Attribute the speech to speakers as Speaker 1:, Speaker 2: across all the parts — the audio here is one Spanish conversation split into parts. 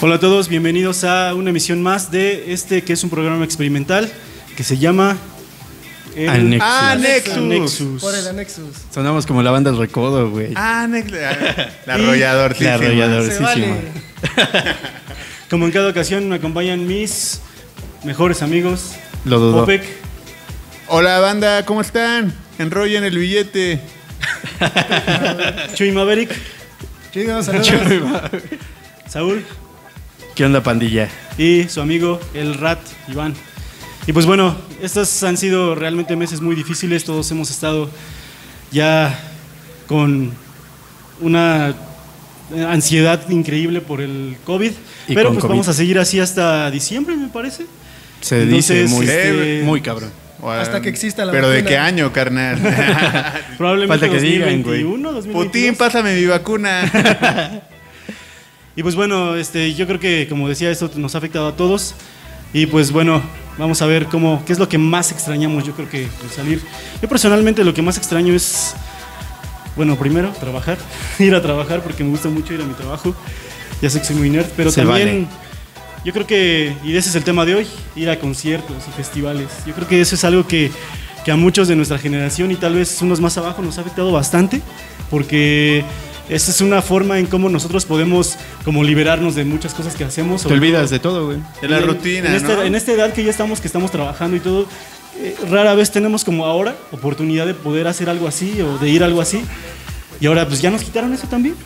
Speaker 1: Hola a todos, bienvenidos a una emisión más de este que es un programa experimental que se llama el-
Speaker 2: Anexus.
Speaker 3: Ah,
Speaker 4: Anexus.
Speaker 1: Anexus.
Speaker 4: Por el Anexus.
Speaker 2: Sonamos como la banda del recodo, güey.
Speaker 4: Ah, Anexus.
Speaker 3: La arrollador,
Speaker 2: La arrollador.
Speaker 4: Se vale.
Speaker 1: Como en cada ocasión me acompañan mis mejores amigos.
Speaker 2: Lo dudo.
Speaker 1: Popek,
Speaker 3: Hola banda, ¿cómo están? Enrollen el billete.
Speaker 1: Chuy Maverick,
Speaker 4: Chicos, saludos.
Speaker 1: Saúl
Speaker 2: ¿Qué onda, pandilla?
Speaker 1: y su amigo el Rat Iván. Y pues bueno, estos han sido realmente meses muy difíciles, todos hemos estado ya con una ansiedad increíble por el COVID,
Speaker 2: Y
Speaker 1: pero
Speaker 2: con
Speaker 1: pues
Speaker 2: COVID.
Speaker 1: vamos a seguir así hasta diciembre, me parece.
Speaker 2: Se
Speaker 1: Entonces,
Speaker 2: dice muy,
Speaker 1: este-
Speaker 2: muy cabrón.
Speaker 3: O,
Speaker 4: Hasta que exista la
Speaker 3: ¿Pero de
Speaker 4: vacuna.
Speaker 3: qué año, carnal?
Speaker 1: Probablemente
Speaker 2: Falta que digan,
Speaker 1: 2021, 2022.
Speaker 3: Putin, pásame mi vacuna.
Speaker 1: Y pues bueno, este, yo creo que como decía, esto nos ha afectado a todos. Y pues bueno, vamos a ver cómo, qué es lo que más extrañamos, yo creo que al salir. Yo personalmente lo que más extraño es, bueno, primero, trabajar, ir a trabajar porque me gusta mucho ir a mi trabajo. Ya sé que soy muy nerd, pero
Speaker 2: Se
Speaker 1: también yo creo que, y ese es el tema de hoy, ir a conciertos y festivales. Yo creo que eso es algo que, que a muchos de nuestra generación y tal vez unos más abajo nos ha afectado bastante, porque esa es una forma en cómo nosotros podemos como liberarnos de muchas cosas que hacemos.
Speaker 2: Te olvidas de todo, güey.
Speaker 3: De la
Speaker 1: En-
Speaker 3: rutina,
Speaker 1: en, esta,
Speaker 3: ¿no?
Speaker 1: en esta edad que ya estamos, que estamos trabajando y todo, eh, rara vez tenemos como ahora oportunidad de poder hacer algo así o de ir a algo así. Y ahora pues ya nos quitaron eso también.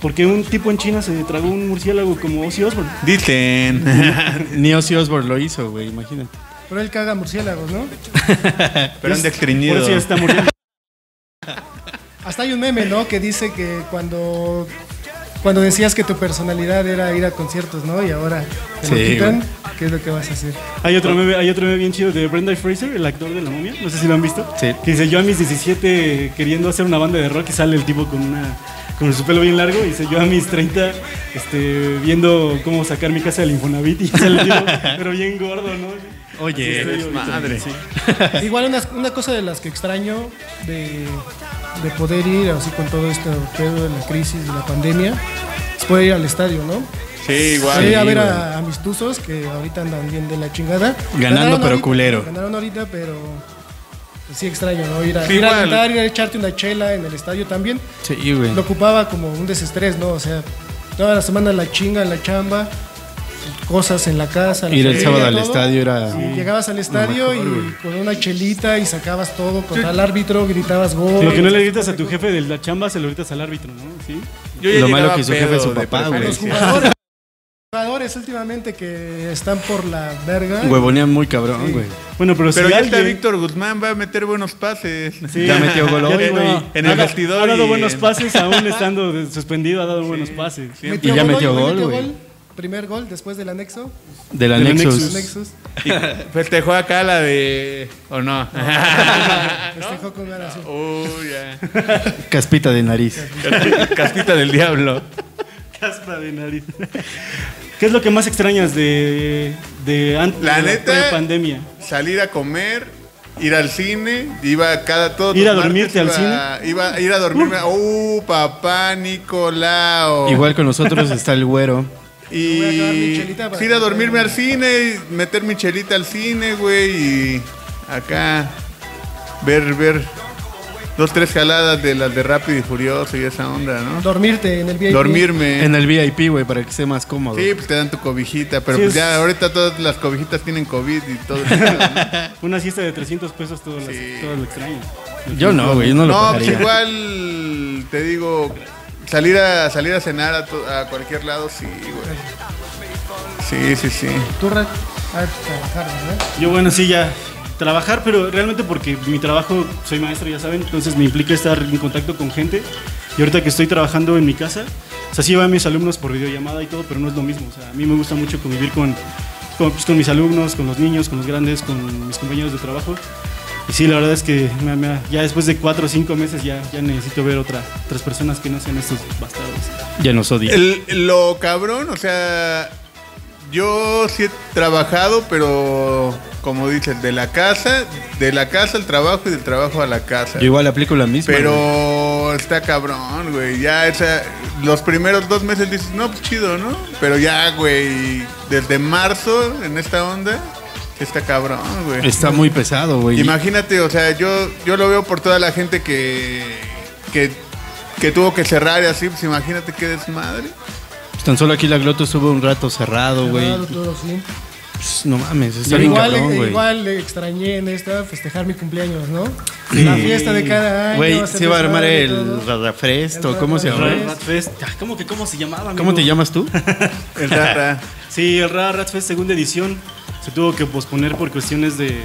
Speaker 1: Porque un tipo en China se tragó un murciélago como Ozzy Osbourne.
Speaker 3: Dicen.
Speaker 2: Ni Ozzy Osbourne lo hizo, güey, imagínate.
Speaker 4: Pero él caga murciélagos, ¿no?
Speaker 3: Pero han
Speaker 1: Por
Speaker 3: destreñido.
Speaker 1: eso ya está muriendo.
Speaker 4: Hasta hay un meme, ¿no? Que dice que cuando. Cuando decías que tu personalidad era ir a conciertos, ¿no? Y ahora te lo
Speaker 2: Sí,
Speaker 4: quitan, ¿qué es lo que vas a hacer?
Speaker 1: hay, otro meme, hay otro meme bien chido de Brenda Fraser, el actor de La Momia. No sé si lo han visto.
Speaker 2: Sí.
Speaker 1: Que dice, yo a mis 17 queriendo hacer una banda de rock y sale el tipo con una... Con su pelo bien largo, y dice yo a mis 30, este, viendo cómo sacar mi casa del Infonavit, y sale el tipo, pero bien gordo, ¿no?
Speaker 2: Oye,
Speaker 3: madre.
Speaker 4: Igual una, una cosa de las que extraño de, de poder ir, así con todo este pedo de la crisis, de la pandemia, es poder ir al estadio, ¿no?
Speaker 3: Sí,
Speaker 4: Voy a
Speaker 3: igual.
Speaker 4: ir a ver
Speaker 2: güey.
Speaker 4: a, a mis tuzos que ahorita andan bien de la chingada.
Speaker 2: Ganando, pero
Speaker 4: ahorita,
Speaker 2: culero.
Speaker 4: Ganaron ahorita, pero pues, sí extraño, ¿no? Ir a,
Speaker 3: Sí,
Speaker 4: ir a
Speaker 3: igual.
Speaker 4: cantar, ir a echarte una chela en el estadio también.
Speaker 2: sí, güey.
Speaker 4: Lo ocupaba como un desestrés, ¿no? O sea, toda la semana la chinga, la chamba, cosas en la casa. la
Speaker 2: Ir el
Speaker 4: familia,
Speaker 2: sábado al
Speaker 4: todo.
Speaker 2: estadio era.
Speaker 4: Sí, Llegabas al estadio y con una chelita y sacabas todo contra el árbitro, gritabas gol.
Speaker 1: Lo que no le gritas a tu jefe de la chamba, se lo gritas al árbitro, ¿no? ¿Sí?
Speaker 3: Yo
Speaker 2: Lo
Speaker 3: llegaba
Speaker 2: malo que su
Speaker 3: pedo
Speaker 2: jefe es su
Speaker 3: de
Speaker 2: papá, güey.
Speaker 4: Los
Speaker 3: preferencia.
Speaker 4: jugadores, jugadores últimamente que están por la verga.
Speaker 2: Huevonean muy cabrón, güey.
Speaker 1: Bueno, pero,
Speaker 3: Pero
Speaker 1: si
Speaker 3: ya está
Speaker 1: alguien...
Speaker 3: Víctor Guzmán, va a meter buenos pases.
Speaker 1: Sí.
Speaker 2: Ya metió gol
Speaker 1: Ya
Speaker 2: hoy,
Speaker 1: te-
Speaker 2: güey.
Speaker 1: no,
Speaker 3: En
Speaker 1: ha
Speaker 3: el
Speaker 1: da-
Speaker 3: vestidor
Speaker 1: Ha dado
Speaker 3: y
Speaker 1: buenos
Speaker 3: en-
Speaker 1: pases, aún estando de- suspendido, ha dado buenos pases.
Speaker 4: Metió
Speaker 2: Y ya
Speaker 4: gol,
Speaker 2: metió
Speaker 4: hoy,
Speaker 2: gol,
Speaker 4: metió
Speaker 2: güey.
Speaker 4: Primer gol después del anexo.
Speaker 2: Del
Speaker 1: Del Nexus.
Speaker 2: Anexus.
Speaker 4: Nexus.
Speaker 3: Y festejó acá la de. ¿O no?
Speaker 4: Festejó con ganas. sí.
Speaker 3: Uy, ya.
Speaker 2: Caspita de nariz.
Speaker 3: Casquita del diablo.
Speaker 1: Caspa de nariz. ¿Qué es lo que más extrañas de, de antes
Speaker 3: La
Speaker 1: de
Speaker 3: neta,
Speaker 1: pre- pandemia?
Speaker 3: salir a comer, ir al cine, iba cada todo.
Speaker 1: ¿Ir a
Speaker 3: los
Speaker 1: dormirte
Speaker 3: martes,
Speaker 1: al
Speaker 3: iba- Iba a ir a dormirme. Uh, papá Nicolao.
Speaker 2: Igual con nosotros está el güero.
Speaker 3: Y
Speaker 4: Voy a acabar mi chelita para-
Speaker 3: ir a dormirme al cine, y meter mi chelita al cine, güey, y acá ver ver dos tres jaladas de las de Rápido y Furioso y esa onda, ¿no?
Speaker 4: Dormirte en el VIP.
Speaker 3: Dormirme.
Speaker 2: En el VIP, güey, para que sea más cómodo.
Speaker 3: Sí, pues te dan tu cobijita, pero
Speaker 1: Sí, es-
Speaker 3: pues ya ahorita todas las cobijitas tienen COVID y todo. el pedo, ¿no?
Speaker 1: Una siesta de 300 pesos, todo, las-
Speaker 3: Sí.
Speaker 1: todo lo extraño.
Speaker 2: Yo no, güey, yo no lo
Speaker 3: No, pues
Speaker 2: pagaría.
Speaker 3: igual te digo, salir a salir a cenar a, to- a cualquier lado, sí, güey. Sí, sí, sí.
Speaker 4: Tú, Ra- ah, trabajar, ¿verdad?
Speaker 1: Yo, bueno, sí, ya trabajar, pero realmente porque mi trabajo, soy maestro, ya saben, entonces me implica estar en contacto con gente. Y ahorita que estoy trabajando en mi casa, o sea, sí van mis alumnos por videollamada y todo, pero no es lo mismo. O sea, a mí me gusta mucho convivir con, con, pues, con mis alumnos, con los niños, con los grandes, con mis compañeros de trabajo. Y sí, la verdad es que me- me- ya después de cuatro o cinco meses ya, ya necesito ver otra, otras personas que no sean estos bastardos.
Speaker 2: Ya nos odia.
Speaker 3: El- lo cabrón, o sea, yo sí he trabajado, pero como dices, de la casa, de la casa al trabajo y del trabajo a la casa.
Speaker 2: Yo igual aplico la misma. güey.
Speaker 3: Pero está cabrón, güey. Ya esa los primeros dos meses dices, no, pues chido, ¿no? Pero ya, güey, desde marzo en esta onda, sí está cabrón, güey.
Speaker 2: Está muy pesado, güey.
Speaker 3: Imagínate, o sea, yo, yo lo veo por toda la gente que, que, que tuvo que cerrar y así, pues imagínate qué desmadre.
Speaker 2: Pues Tan solo aquí la Gloto estuvo un rato cerrado, güey.
Speaker 4: Claro, todo así.
Speaker 2: Pues, no mames, está
Speaker 4: Yo
Speaker 2: bien
Speaker 4: igual,
Speaker 2: cabrón, güey.
Speaker 4: igual le extrañé en esta festejar mi cumpleaños, ¿no? La fiesta de cada año.
Speaker 2: Güey,
Speaker 4: hacer
Speaker 2: se va a armar
Speaker 4: desmadre y
Speaker 2: el
Speaker 4: todo.
Speaker 2: Radafresto,
Speaker 4: El
Speaker 2: ¿cómo se
Speaker 1: Ra-
Speaker 2: llama?
Speaker 1: Rat Fest. Ah, ¿Cómo que cómo se llamaba? amigo?
Speaker 2: ¿Cómo te llamas tú?
Speaker 3: El rara.
Speaker 1: Sí, el Ra Rat Fest segunda edición se tuvo que posponer por cuestiones de.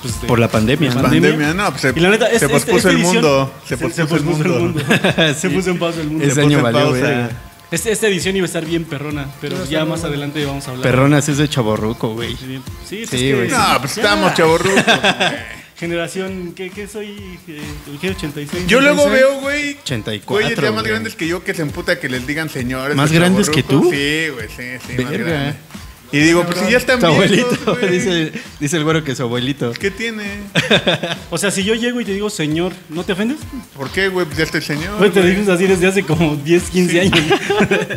Speaker 1: pues, de-
Speaker 2: Por la pandemia.
Speaker 1: de
Speaker 2: ¿no?
Speaker 3: pandemia. No, pues se-
Speaker 1: y la neta,
Speaker 3: se
Speaker 1: es-
Speaker 3: pospuso
Speaker 1: esta- esta
Speaker 3: el
Speaker 1: edición-
Speaker 3: mundo, se
Speaker 1: Se
Speaker 3: pospuso
Speaker 1: se
Speaker 3: el
Speaker 1: pospuso el
Speaker 3: mundo.
Speaker 1: mundo. Se
Speaker 2: Sí.
Speaker 1: puso en pausa el mundo.
Speaker 2: Ese
Speaker 3: Se puso
Speaker 2: año
Speaker 3: en
Speaker 2: valió,
Speaker 3: pausa.
Speaker 2: verga.
Speaker 1: Este- esta edición iba a estar bien perrona, pero ya más adelante vamos a hablar.
Speaker 2: Perronas es de chaborruco, güey.
Speaker 1: Sí, pues
Speaker 2: Sí,
Speaker 1: es
Speaker 2: güey.
Speaker 1: que-
Speaker 3: No, pues
Speaker 1: ya,
Speaker 3: estamos chavorrucos.
Speaker 1: Generación, ¿qué, qué soy? Eh, ¿El qué? 86.
Speaker 3: Yo luego
Speaker 4: Entonces,
Speaker 3: veo, güey.
Speaker 2: 84,
Speaker 3: Güeyes ya más
Speaker 2: güey.
Speaker 3: grandes que yo que se emputa que les digan señores.
Speaker 2: ¿Más
Speaker 3: los
Speaker 2: grandes que
Speaker 3: chavorrucos.
Speaker 2: tú?
Speaker 3: Sí, güey, sí, sí. más
Speaker 2: Verga.
Speaker 3: grandes. y digo, pues si ya están
Speaker 2: Tu
Speaker 3: viejos,
Speaker 2: abuelito,
Speaker 3: güey,
Speaker 2: dice, dice el güero que es su abuelito.
Speaker 3: ¿Qué tiene?
Speaker 1: O sea, si yo llego y te digo, señor, ¿no te ofendes?
Speaker 3: ¿Por qué, güey? Pues ya estoy señor.
Speaker 1: Güey, te
Speaker 3: güey.
Speaker 1: dices así desde hace como 10, 15 años.
Speaker 2: No
Speaker 3: Soy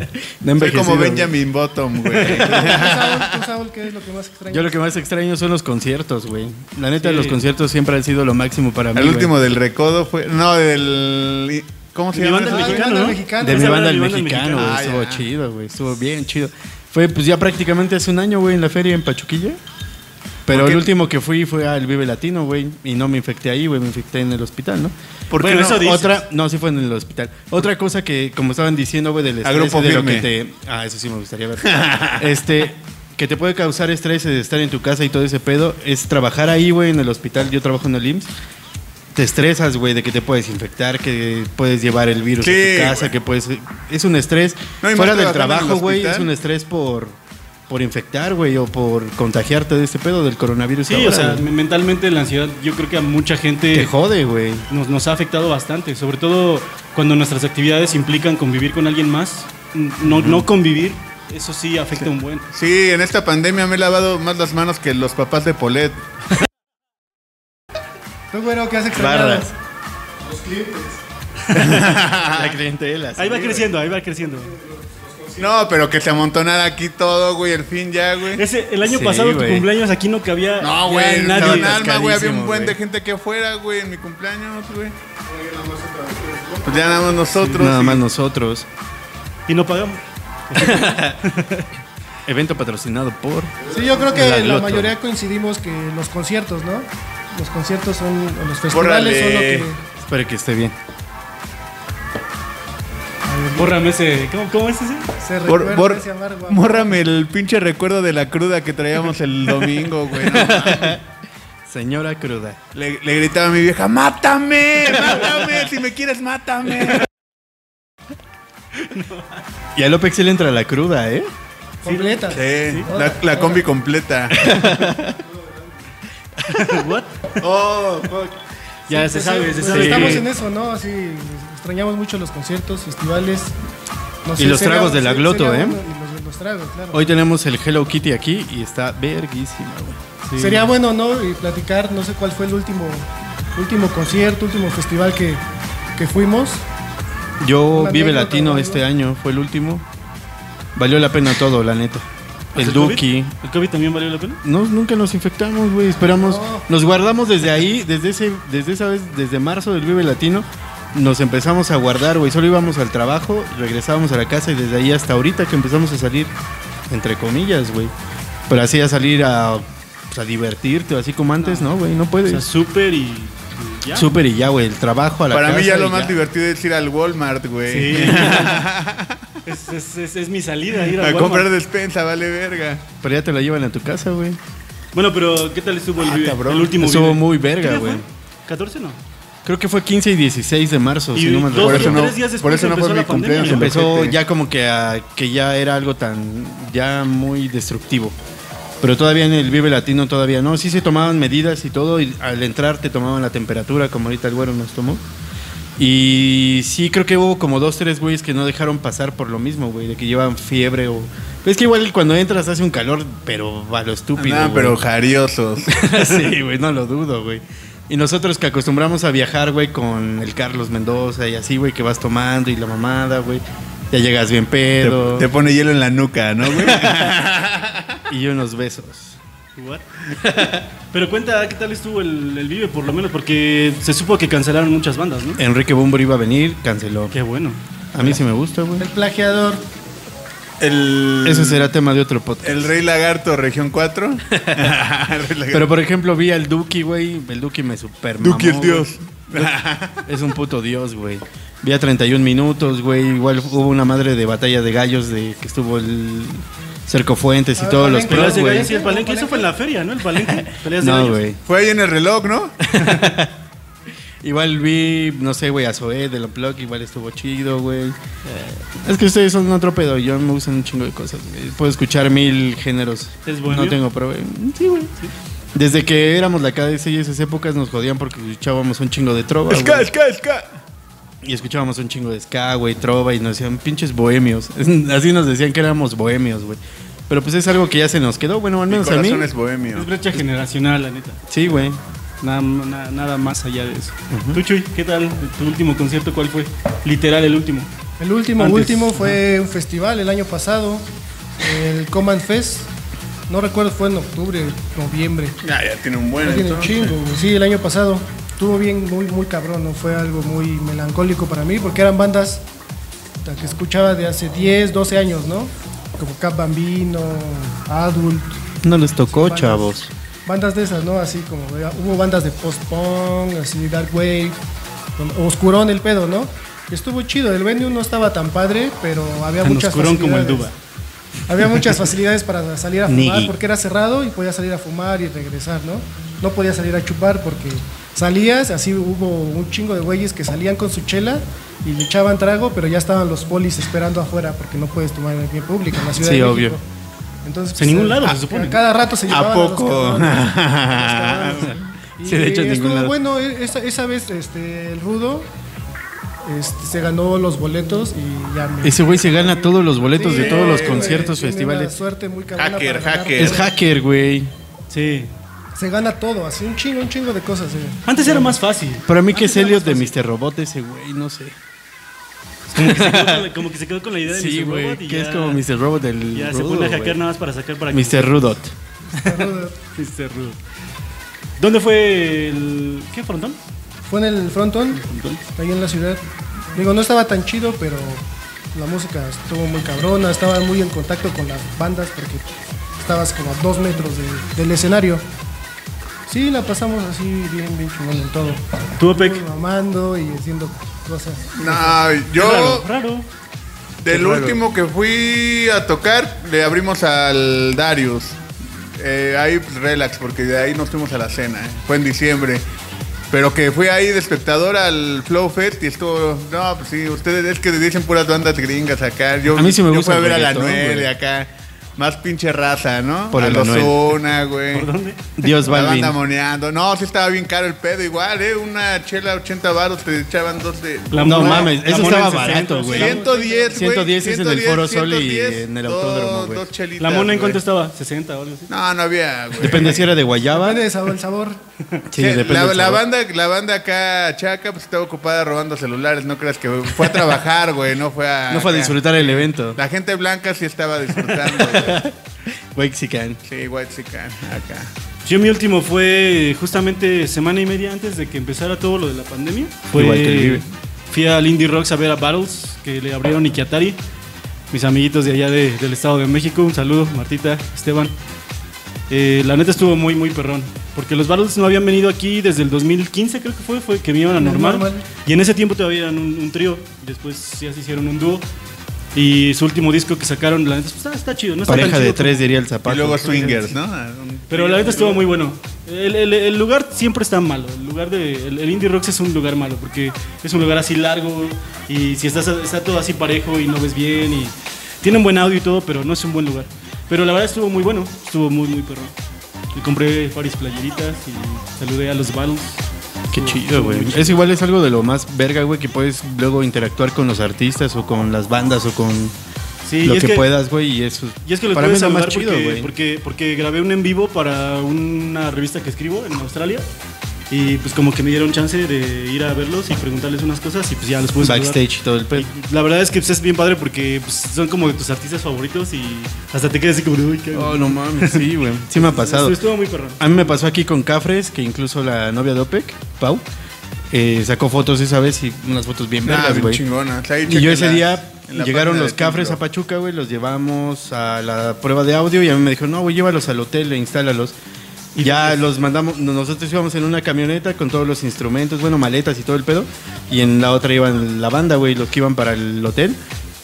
Speaker 2: envejecido,
Speaker 3: como
Speaker 2: güey.
Speaker 3: Benjamin Bottom, güey.
Speaker 4: ¿Tú, Saúl, tú, Saúl, qué es lo que más extrañas?
Speaker 2: Yo lo que más extraño son los conciertos, güey. La neta,
Speaker 1: Sí.
Speaker 2: los conciertos siempre han sido lo máximo para mí.
Speaker 3: El
Speaker 2: güey.
Speaker 3: último del recodo fue. No, del. ¿Cómo se
Speaker 1: Mi
Speaker 3: llama?
Speaker 1: banda
Speaker 4: Ah,
Speaker 1: mexicano,
Speaker 4: banda
Speaker 1: ¿no?
Speaker 4: mexicana.
Speaker 2: De mi
Speaker 1: Esa
Speaker 2: banda,
Speaker 1: era
Speaker 2: el
Speaker 1: mi banda
Speaker 2: mexicano, güey.
Speaker 1: mexicana.
Speaker 3: Ah,
Speaker 2: Estuvo
Speaker 3: ya.
Speaker 2: chido, güey. Estuvo bien chido. Fue, pues ya prácticamente hace un año, güey, en la feria en Pachuquilla. Pero
Speaker 3: ¿Por
Speaker 2: el
Speaker 3: qué?
Speaker 2: último que fui fue al Vive Latino, güey. Y no me infecté ahí, güey. Me infecté en el hospital, ¿no?
Speaker 3: ¿Por qué
Speaker 1: Bueno,
Speaker 3: no?
Speaker 1: eso dices.
Speaker 2: Otra, no, sí fue en el hospital. Otra cosa que, como estaban diciendo, güey, del
Speaker 3: A
Speaker 2: estrés.
Speaker 3: grupo
Speaker 2: y de lo
Speaker 3: firme.
Speaker 2: que te, ah, eso sí me gustaría ver. este, que te puede causar estrés de estar en tu casa y todo ese pedo, es trabajar ahí, güey, en el hospital. Yo trabajo en el IMSS. Te estresas, güey, de que te puedes infectar, que puedes llevar el virus
Speaker 3: Sí,
Speaker 2: a tu casa,
Speaker 3: güey.
Speaker 2: que puedes. Es un estrés.
Speaker 3: No, y más
Speaker 2: Fuera del
Speaker 3: trabajando en el
Speaker 2: trabajo, güey, es
Speaker 3: hospital.
Speaker 2: un estrés por. Por infectar, güey, o por contagiarte de este pedo del coronavirus.
Speaker 1: Sí,
Speaker 2: ahora,
Speaker 1: o sea,
Speaker 2: güey.
Speaker 1: me- mentalmente la ansiedad, yo creo que a mucha
Speaker 2: te
Speaker 1: gente
Speaker 2: jode, güey.
Speaker 1: nos, nos ha afectado bastante, sobre todo cuando nuestras actividades implican convivir con alguien más. N- No, no convivir, eso sí afecta un buen.
Speaker 3: Sí, en esta pandemia me he lavado más las manos que los papás de Polet.
Speaker 4: Tú, güero, ¿qué has extrañado?
Speaker 2: Barras. La clientela.
Speaker 1: Ahí va creciendo, ahí va creciendo.
Speaker 3: No, pero que se amontonara aquí todo, güey, el fin ya, güey.
Speaker 1: Ese, el año
Speaker 2: Sí,
Speaker 1: pasado tu
Speaker 2: güey.
Speaker 1: cumpleaños aquí no cabía ya
Speaker 3: No, güey,
Speaker 1: nadie.
Speaker 3: estaba en alma, güey. Había un
Speaker 2: Carísimo,
Speaker 3: buen de
Speaker 2: güey.
Speaker 3: gente aquí afuera, güey, en mi cumpleaños, güey. Pues ya nada más nosotros.
Speaker 2: Nada
Speaker 3: y-
Speaker 2: más nosotros.
Speaker 1: Y no pagamos.
Speaker 2: Evento patrocinado por.
Speaker 4: Sí, yo creo que
Speaker 2: La
Speaker 4: la,
Speaker 2: Gloto.
Speaker 4: mayoría coincidimos que los conciertos, ¿no? Los conciertos son, o los festivales son lo que...
Speaker 2: Espero que esté bien.
Speaker 1: Bórrame ese. ¿Cómo, cómo es ese?
Speaker 4: Se
Speaker 3: Bor-
Speaker 4: recuerda
Speaker 3: bor-
Speaker 4: ese amargo amor.
Speaker 3: Mórrame el pinche recuerdo de la cruda que traíamos el domingo, güey. no mames.
Speaker 2: Señora cruda.
Speaker 3: le, le gritaba a mi vieja, ¡mátame! ¡Mátame! Si me quieres, mátame.
Speaker 2: Y a López sí le entra la cruda, ¿eh?
Speaker 4: completa.
Speaker 3: Sí, la, la combi completa.
Speaker 1: What?
Speaker 3: Oh, fuck.
Speaker 1: Ya se sabe, se
Speaker 4: Pues
Speaker 1: sabe.
Speaker 4: Estamos en eso, ¿no? Así extrañamos mucho los conciertos, festivales. No
Speaker 2: Y los tragos de la
Speaker 4: se-
Speaker 2: Gloto,
Speaker 4: sería
Speaker 2: ¿eh?
Speaker 4: bueno- y los, los tragos, claro.
Speaker 2: Hoy tenemos el Hello Kitty aquí y está verguísima, güey.
Speaker 4: Sería bueno, ¿no? Y platicar, no sé cuál fue el último último concierto, último festival que, que fuimos.
Speaker 2: Yo
Speaker 4: Una
Speaker 2: Vive
Speaker 4: anécdota o
Speaker 2: Latino
Speaker 4: algo.
Speaker 2: este año, fue el último. Valió la pena todo, la neta. El
Speaker 1: COVID?
Speaker 2: Duki.
Speaker 1: ¿El COVID también valió la pena?
Speaker 2: No, nunca nos infectamos, güey. Esperamos.
Speaker 4: No.
Speaker 2: Nos guardamos desde ahí, desde ese, desde esa vez, desde marzo del Vive Latino. Nos empezamos a guardar, güey. Solo íbamos al trabajo, regresábamos a la casa y desde ahí hasta ahorita que empezamos a salir, entre comillas, güey. Pero así a salir a, pues, a divertirte, así como antes, ¿no, güey? No
Speaker 1: O sea,
Speaker 2: puedes.
Speaker 1: súper y, y ya.
Speaker 2: Súper y ya, güey. El trabajo a la
Speaker 3: Para mí ya
Speaker 2: casa
Speaker 3: lo
Speaker 2: y
Speaker 3: más divertido es ir al Walmart, güey.
Speaker 1: Sí. es, es- es- es mi salida, ir a
Speaker 3: A
Speaker 1: Walmart.
Speaker 3: comprar despensa, vale verga.
Speaker 2: Pero ya te la llevan a tu casa, güey.
Speaker 1: Bueno, pero ¿qué tal estuvo el,
Speaker 3: Ah,
Speaker 1: vive?
Speaker 3: cabrón.
Speaker 1: el último
Speaker 2: Estuvo
Speaker 1: vive?
Speaker 2: muy
Speaker 1: ¿Qué
Speaker 2: verga,
Speaker 1: día
Speaker 2: güey.
Speaker 1: fue? ¿14 no?
Speaker 2: Creo que fue 15 y 16 de marzo,
Speaker 1: Y
Speaker 2: si no me
Speaker 1: dos
Speaker 2: recuerdo.
Speaker 3: Por eso
Speaker 1: o
Speaker 3: no-
Speaker 1: tres días después
Speaker 3: por eso no
Speaker 1: empezó
Speaker 3: fue
Speaker 1: la
Speaker 3: mi
Speaker 1: pandemia.
Speaker 3: cumpleaños.
Speaker 2: empezó
Speaker 3: Ojete. Ah,
Speaker 2: ya como que a- que ya era algo tan ya muy destructivo. Pero todavía en el Vive Latino todavía no, sí se tomaban medidas y todo y al entrar te tomaban la temperatura como ahorita el güero nos tomó. Y sí creo que hubo como dos tres güeyes que no dejaron pasar por lo mismo, güey, de que llevan fiebre o es que igual cuando entras hace un calor, pero a lo estúpido.
Speaker 3: Ah,
Speaker 2: güey.
Speaker 3: pero jariosos.
Speaker 2: sí, güey, no lo dudo, güey. Y nosotros que acostumbramos a viajar, güey, con el Carlos Mendoza y así, güey, que vas tomando y la mamada, güey. Ya llegas bien
Speaker 3: Te,
Speaker 2: pedo.
Speaker 3: te pone hielo en la nuca, ¿no, güey?
Speaker 2: Y unos besos.
Speaker 1: What? Pero cuenta, ¿qué tal estuvo el, el Vive por lo menos? Porque se supo que cancelaron muchas bandas, ¿no?
Speaker 2: Enrique Bumbo iba a venir, canceló.
Speaker 1: Qué bueno.
Speaker 2: A mí sí me gusta, güey.
Speaker 4: El plagiador.
Speaker 3: El,
Speaker 2: Ese será tema de otro podcast.
Speaker 3: el Rey Lagarto, Región 4. El Rey Lagarto.
Speaker 2: Pero por ejemplo, vi al Duki, güey. El Duki me super
Speaker 3: Duki el
Speaker 2: mamó, güey.
Speaker 3: Dios.
Speaker 2: Es un puto dios, güey. Vi a 31 minutos, güey. Igual hubo una madre de batalla de gallos de que estuvo el Cerco Fuentes y
Speaker 4: Ah,
Speaker 2: todos los
Speaker 4: Palenque.
Speaker 1: Pero
Speaker 2: pros,
Speaker 1: hace
Speaker 2: güey.
Speaker 1: gallos y el palenque, eso fue en la feria, ¿no? El palenque. Peleas de
Speaker 2: No,
Speaker 1: gallos.
Speaker 2: güey.
Speaker 3: Fue ahí en el reloj, ¿no?
Speaker 2: Igual vi, no sé, güey, a Zoé de la Plug, igual estuvo chido, güey. Es que ustedes son otro pedo, yo me gustan un chingo de cosas. güey. Puedo escuchar mil géneros.
Speaker 1: ¿Es bohemio?
Speaker 2: No tengo problema. Sí, güey. Desde que éramos la KDC y esas épocas nos jodían porque escuchábamos un chingo de trova.
Speaker 3: Esca,
Speaker 2: güey.
Speaker 3: esca, esca.
Speaker 2: Y escuchábamos un chingo de ska, güey, trova, y nos decían pinches bohemios. Así nos decían que éramos bohemios, güey. Pero pues es algo que ya se nos quedó, bueno, al
Speaker 3: Mi
Speaker 2: menos a mí.
Speaker 3: corazón es bohemio.
Speaker 1: Es brecha generacional, la neta.
Speaker 2: Sí, güey.
Speaker 1: Nada, na- nada más allá de eso. Tú, Chuy, ¿qué tal? ¿Tu último concierto cuál fue? Literal, el último.
Speaker 4: El último,
Speaker 1: Antes.
Speaker 4: último fue un festival el año pasado, el Command Fest. No recuerdo, fue en octubre, noviembre.
Speaker 3: Ah, Ya, ya tiene un buen.
Speaker 4: Ya tiene un
Speaker 3: entonces.
Speaker 4: chingo, güey. sí, el año pasado. Estuvo bien, muy, muy cabrón, ¿no? Fue algo muy melancólico para mí, porque eran bandas la que escuchaba de hace 10, 12 años, ¿no? Como Cap Bambino, Adult.
Speaker 2: No les tocó,
Speaker 4: bandas-
Speaker 2: chavos.
Speaker 4: Bandas de esas, ¿no? Así como eh, hubo bandas de post-punk, así Dark Wave, con- oscurón el pedo, ¿no? Estuvo chido, el venue no estaba tan padre, pero había
Speaker 1: Tan
Speaker 4: muchas
Speaker 1: oscurón como el Duba.
Speaker 4: facilidades. Había muchas facilidades para salir a
Speaker 2: Niggy.
Speaker 4: fumar porque era cerrado y podías salir a fumar y regresar, ¿no? No podías salir a chupar porque salías, así hubo un chingo de güeyes que salían con su chela y le echaban trago, pero ya estaban los polis esperando afuera porque no puedes tomar en el bien público en la ciudad
Speaker 2: Sí,
Speaker 4: de
Speaker 2: obvio.
Speaker 4: México. Entonces, pues, eh, ah,
Speaker 1: En ningún lado,
Speaker 4: a-
Speaker 1: se supone.
Speaker 4: a Cada rato se llevaban
Speaker 3: ¿A
Speaker 4: los
Speaker 3: poco?
Speaker 4: cabrones, a los cabrones.
Speaker 2: Sí, de hecho, en
Speaker 4: Y
Speaker 2: ningún
Speaker 4: estuvo
Speaker 2: lado.
Speaker 4: bueno, e- esa, esa vez este, el rudo este, se ganó los boletos y ya me...
Speaker 2: Ese güey se gana todos los boletos de todos los
Speaker 4: Sí,
Speaker 2: conciertos,
Speaker 4: güey, tiene una
Speaker 2: festivales.
Speaker 4: suerte muy cabrona
Speaker 3: Hacker,
Speaker 4: para ganar.
Speaker 3: hacker.
Speaker 2: Es hacker, güey.
Speaker 1: Sí.
Speaker 4: Se gana todo, así un chingo, un chingo de cosas. eh.
Speaker 1: Antes era más fácil.
Speaker 2: Para mí que es Elliot de Mr. Robot ese güey, no sé.
Speaker 1: Como que se quedó con la, como que se quedó con la idea de
Speaker 2: Sí,
Speaker 1: Mr.
Speaker 2: güey,
Speaker 1: Robot y
Speaker 2: que es
Speaker 1: ya-
Speaker 2: como Mr. Robot del
Speaker 1: Ya se
Speaker 2: rudo,
Speaker 1: pone a
Speaker 2: güey.
Speaker 1: hackear nada más para sacar para que-
Speaker 2: Mr. Rudot.
Speaker 1: Mr. Rudo. ¿Dónde fue el. ¿Qué frontón?
Speaker 4: Fue en el frontón, ahí en la ciudad. Digo, no estaba tan chido, pero la música estuvo muy cabrona, estaba muy en contacto con las bandas porque estabas como a dos metros de- del escenario. Sí, la pasamos así bien, bien chingón en todo.
Speaker 1: ¿Tú, Opec?
Speaker 4: Mamando y haciendo cosas.
Speaker 3: No, yo.
Speaker 1: Raro, raro.
Speaker 3: Del último que fui a tocar, le abrimos al Darius. Eh, ahí pues, relax, porque de ahí nos fuimos a la cena. eh. Fue en diciembre. Pero que fui ahí de espectador al Flow Fest y estuvo. No, pues sí, ustedes es que dicen puras bandas gringas acá. Yo,
Speaker 2: A mí sí me
Speaker 3: yo
Speaker 2: gusta
Speaker 3: fui a
Speaker 2: el
Speaker 3: ver a la
Speaker 2: reggaetón,
Speaker 3: Noel
Speaker 2: güey.
Speaker 3: acá. Más pinche raza, ¿no?
Speaker 2: Por
Speaker 3: a
Speaker 2: el
Speaker 3: los
Speaker 2: Anuel.
Speaker 3: Ozuna, güey.
Speaker 1: ¿Por dónde?
Speaker 2: Dios
Speaker 3: La
Speaker 2: Balvin.
Speaker 3: banda moneando. No, sí estaba bien caro el pedo, igual, ¿eh? Una chela 80 baros te echaban dos de.
Speaker 1: La
Speaker 2: No
Speaker 1: mona-
Speaker 2: mames,
Speaker 1: la
Speaker 2: eso
Speaker 1: mona en
Speaker 2: estaba
Speaker 1: 60,
Speaker 2: barato, güey.
Speaker 3: 110, güey.
Speaker 2: 110 es en el Foro Sol y
Speaker 3: 110,
Speaker 2: en el autódromo,
Speaker 3: dos-
Speaker 2: güey.
Speaker 3: dos chelitas,
Speaker 1: La mona en cuánto
Speaker 3: güey.
Speaker 1: estaba? 60 o algo así.
Speaker 3: No, no había, güey.
Speaker 2: Depende si era de Guayaba.
Speaker 4: Depende de sabor, el sabor.
Speaker 2: Sí,
Speaker 3: Sí,
Speaker 2: depende
Speaker 3: la,
Speaker 2: del
Speaker 3: la
Speaker 2: sabor.
Speaker 3: banda, la banda acá chaca pues estaba ocupada robando celulares, no creas que fue a trabajar, güey, no fue a
Speaker 2: No fue a disfrutar el evento.
Speaker 3: La gente blanca sí estaba disfrutando, güey.
Speaker 2: Waxican.
Speaker 3: Sí, white chican, acá.
Speaker 1: Yo mi último fue justamente semana y media antes de que empezara todo lo de la pandemia. Fue,
Speaker 2: Igual que el Vive.
Speaker 1: Fui al Indie Rocks a ver a Battles, que le abrieron Ikiatari. Mis amiguitos de allá de- del Estado de México, un saludo, Martita, Esteban. Eh, la neta estuvo muy, muy perrón. Porque los Battles no habían venido aquí desde el 2015, creo que fue, fue que vinieron a normal.
Speaker 4: Normal.
Speaker 1: Y en ese tiempo todavía eran un, un trío. Después ya se hicieron un dúo. Y su último disco que sacaron, la neta, pues, está, está chido. No está
Speaker 2: Pareja
Speaker 1: tan
Speaker 2: de
Speaker 1: chido
Speaker 2: tres diría el
Speaker 3: Y
Speaker 2: zapato.
Speaker 3: luego swingers, ¿no?
Speaker 1: pero la neta estuvo muy bueno. El, el- el lugar siempre está malo. El lugar de el, el Indie Rocks es un lugar malo porque es un lugar así largo y si estás está todo así parejo y no ves bien y tienen buen audio y todo, pero no es un buen lugar. Pero la verdad estuvo muy bueno, estuvo muy muy perro. Y compré varias playeritas y saludé a los Battles.
Speaker 2: Qué
Speaker 1: Estuvo-
Speaker 2: chido,
Speaker 1: estuvo
Speaker 2: güey.
Speaker 1: muy chido.
Speaker 2: Es igual, es algo de lo más verga, güey, que puedes luego interactuar con los artistas o con las bandas o con
Speaker 1: Sí,
Speaker 2: lo
Speaker 1: y es
Speaker 2: que, puedas, güey. Y eso
Speaker 1: Y es que los
Speaker 2: para mí
Speaker 1: pude
Speaker 2: es lo
Speaker 1: saludar
Speaker 2: más chido,
Speaker 1: porque,
Speaker 2: güey.
Speaker 1: porque, porque grabé un en vivo para una revista que escribo en Australia. Y pues como que me dieron chance de ir a verlos y preguntarles unas cosas y pues ya los pude saludar.
Speaker 2: Backstage y todo el pedo.
Speaker 1: Y La verdad es que pues, es bien padre porque pues, son como de tus artistas favoritos y hasta te quedas así como de, uy, qué
Speaker 2: Oh, no mames, sí, güey. Sí me ha pasado.
Speaker 1: Estuvo, estuvo muy perrón.
Speaker 2: A mí me pasó aquí con Cafres, que incluso la novia de OPEC, Pau, eh, sacó fotos esa vez y unas fotos bien
Speaker 3: Nada,
Speaker 2: vergas,
Speaker 3: Ah, bien
Speaker 2: güey.
Speaker 3: chingona. O sea, ahí
Speaker 2: Y yo ese
Speaker 3: chequenla
Speaker 2: día
Speaker 3: en la
Speaker 2: llegaron
Speaker 3: página
Speaker 2: los
Speaker 3: de
Speaker 2: Cafres a
Speaker 3: Templo.
Speaker 2: Pachuca, güey, los llevamos a la prueba de audio y a mí me dijo, no, güey, llévalos al hotel e instálalos. Y ya los mandamos, nosotros íbamos en una camioneta con todos los instrumentos, bueno, maletas y todo el pedo. Y en la otra iban la banda, güey, los que iban para el hotel.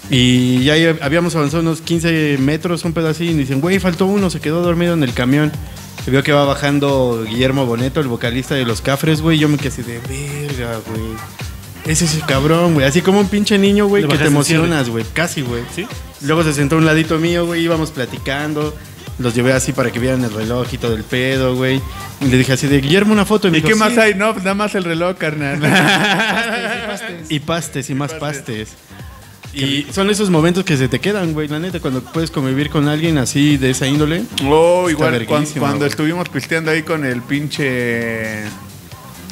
Speaker 2: Y ya hab- habíamos avanzado unos 15 metros, un pedo así, y dicen, güey, faltó uno, se quedó dormido en el camión. Se vio que va bajando Guillermo Boneto, el vocalista de los Cafres, güey. Yo me quedé así de verga, güey. Ese es el cabrón, güey. Así como un pinche niño, güey,
Speaker 1: Le
Speaker 2: que te
Speaker 1: bajaste el
Speaker 2: emocionas, güey. Casi, güey.
Speaker 1: ¿Sí?
Speaker 2: Luego se sentó a un ladito mío, güey, íbamos platicando. Los llevé así para que vieran el reloj y todo el pedo, güey. Y le dije así de Guillermo una foto. me
Speaker 3: ¿Y
Speaker 2: dijo,
Speaker 3: qué
Speaker 2: "Sí".
Speaker 3: más hay? No, pues nada más el reloj, carnal.
Speaker 2: Y pastes y más pastes. Y son esos momentos que se te quedan, güey, la neta, cuando puedes convivir con alguien así de esa índole.
Speaker 3: Oh, igual cuan- cuando,
Speaker 2: verguísima, güey.
Speaker 3: estuvimos pisteando ahí con el pinche.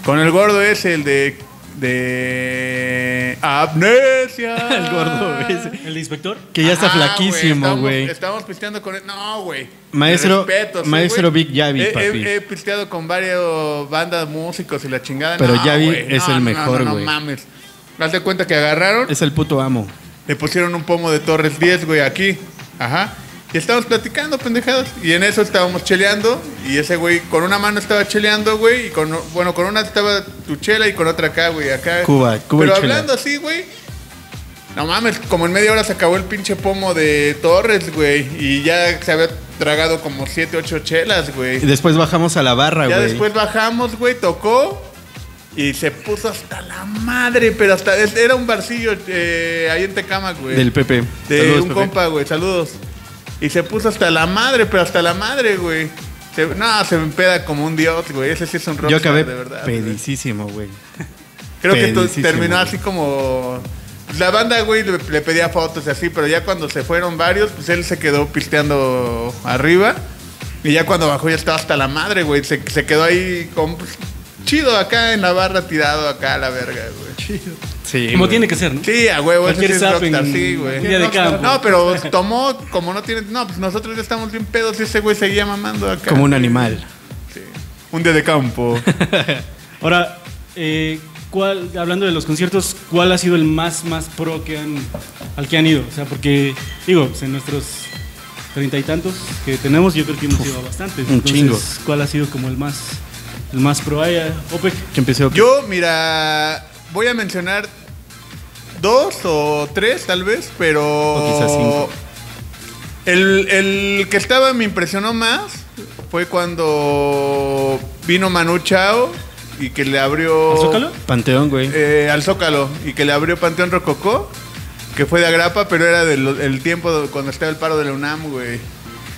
Speaker 3: Con el gordo ese, el de. De. Amnesia.
Speaker 2: El gordo ese.
Speaker 1: Ah. ¿El de inspector?
Speaker 2: Que ya está
Speaker 3: Ah,
Speaker 2: flaquísimo,
Speaker 3: estamos-
Speaker 2: güey.
Speaker 3: Estábamos pisteando con él. No, güey.
Speaker 2: Maestro-
Speaker 3: Mi respeto, sí,
Speaker 2: maestro
Speaker 3: güey.
Speaker 2: Big Yavi,
Speaker 3: He- he-
Speaker 2: papi.
Speaker 3: He, pisteado con varios bandas, músicos y la chingada.
Speaker 2: Pero
Speaker 3: no,
Speaker 2: Yavi
Speaker 3: güey,
Speaker 2: es
Speaker 3: no,
Speaker 2: el
Speaker 3: no,
Speaker 2: mejor,
Speaker 3: no, no,
Speaker 2: güey.
Speaker 3: No mames. Haz de cuenta que agarraron,
Speaker 2: Es el puto amo.
Speaker 3: le pusieron un pomo de Torres 10, güey, aquí. Ajá. Y estábamos platicando, pendejadas. Y en eso estábamos cheleando. Y ese güey con una mano estaba cheleando, güey. Y con, bueno, con una estaba tu chela y con otra acá, güey. Acá.
Speaker 2: Cuba, Cuba y
Speaker 3: Pero
Speaker 2: chela.
Speaker 3: hablando así, güey. No mames, como en media hora se acabó el pinche pomo de Torres, güey. Y ya se había tragado como 7, 8 chelas, güey.
Speaker 2: Y después bajamos a la barra,
Speaker 3: Ya
Speaker 2: güey.
Speaker 3: después bajamos, güey, tocó. Y se puso hasta la madre, pero hasta. es- Era un barcillo eh, ahí en Tecama, güey.
Speaker 2: Del Pepe.
Speaker 3: De
Speaker 2: Saludos,
Speaker 3: un
Speaker 2: Pepe.
Speaker 3: compa, güey. Saludos. Y se puso hasta la madre, pero hasta la madre, güey. Se- no, se me peda como un dios, güey. Ese sí es un rockstar,
Speaker 2: Yo acabé
Speaker 3: de verdad. güey.
Speaker 2: pedicísimo, güey.
Speaker 3: Creo que tú-
Speaker 2: pedicísimo,
Speaker 3: terminó
Speaker 2: güey.
Speaker 3: así como. La banda, güey, le, le pedía fotos y así, pero ya cuando se fueron varios, pues él se quedó pisteando arriba. Y ya cuando bajó ya estaba hasta la madre, güey. Se, se quedó ahí con, pues, chido acá en la barra, tirado acá a la verga, güey.
Speaker 2: Sí.
Speaker 1: Como
Speaker 2: güey.
Speaker 1: tiene que ser, ¿no?
Speaker 3: Sí, a huevo, ese
Speaker 1: Cualquier
Speaker 3: sí es
Speaker 1: zap en
Speaker 3: rockstar, sí, güey.
Speaker 1: un día de campo.
Speaker 3: No, pero tomó, como no tiene. No, pues nosotros ya estamos bien pedos y ese güey seguía mamando acá.
Speaker 2: Como un animal.
Speaker 3: Un día de campo.
Speaker 1: Ahora, eh, ¿cuál, hablando de los conciertos, ¿cuál ha sido el más, más pro que han, al que han ido? O sea, porque, digo, pues, en nuestros treinta y tantos que tenemos, yo creo que hemos ido a bastantes.
Speaker 2: un chingo.
Speaker 1: ¿Cuál ha sido como el más, el más pro? Ay, eh, Opec,
Speaker 2: Que empezó.
Speaker 3: Yo, mira, voy a mencionar dos o tres tal vez, pero...
Speaker 2: O quizás cinco.
Speaker 3: El, el que estaba me impresionó más fue cuando vino Manu Chao y que le abrió...
Speaker 1: ¿al Zócalo?
Speaker 2: Panteón, güey.
Speaker 3: Eh, al Zócalo y que le abrió Panteón Rococó, que fue de agrapa, pero era del el tiempo do- cuando estaba el paro de la UNAM, güey.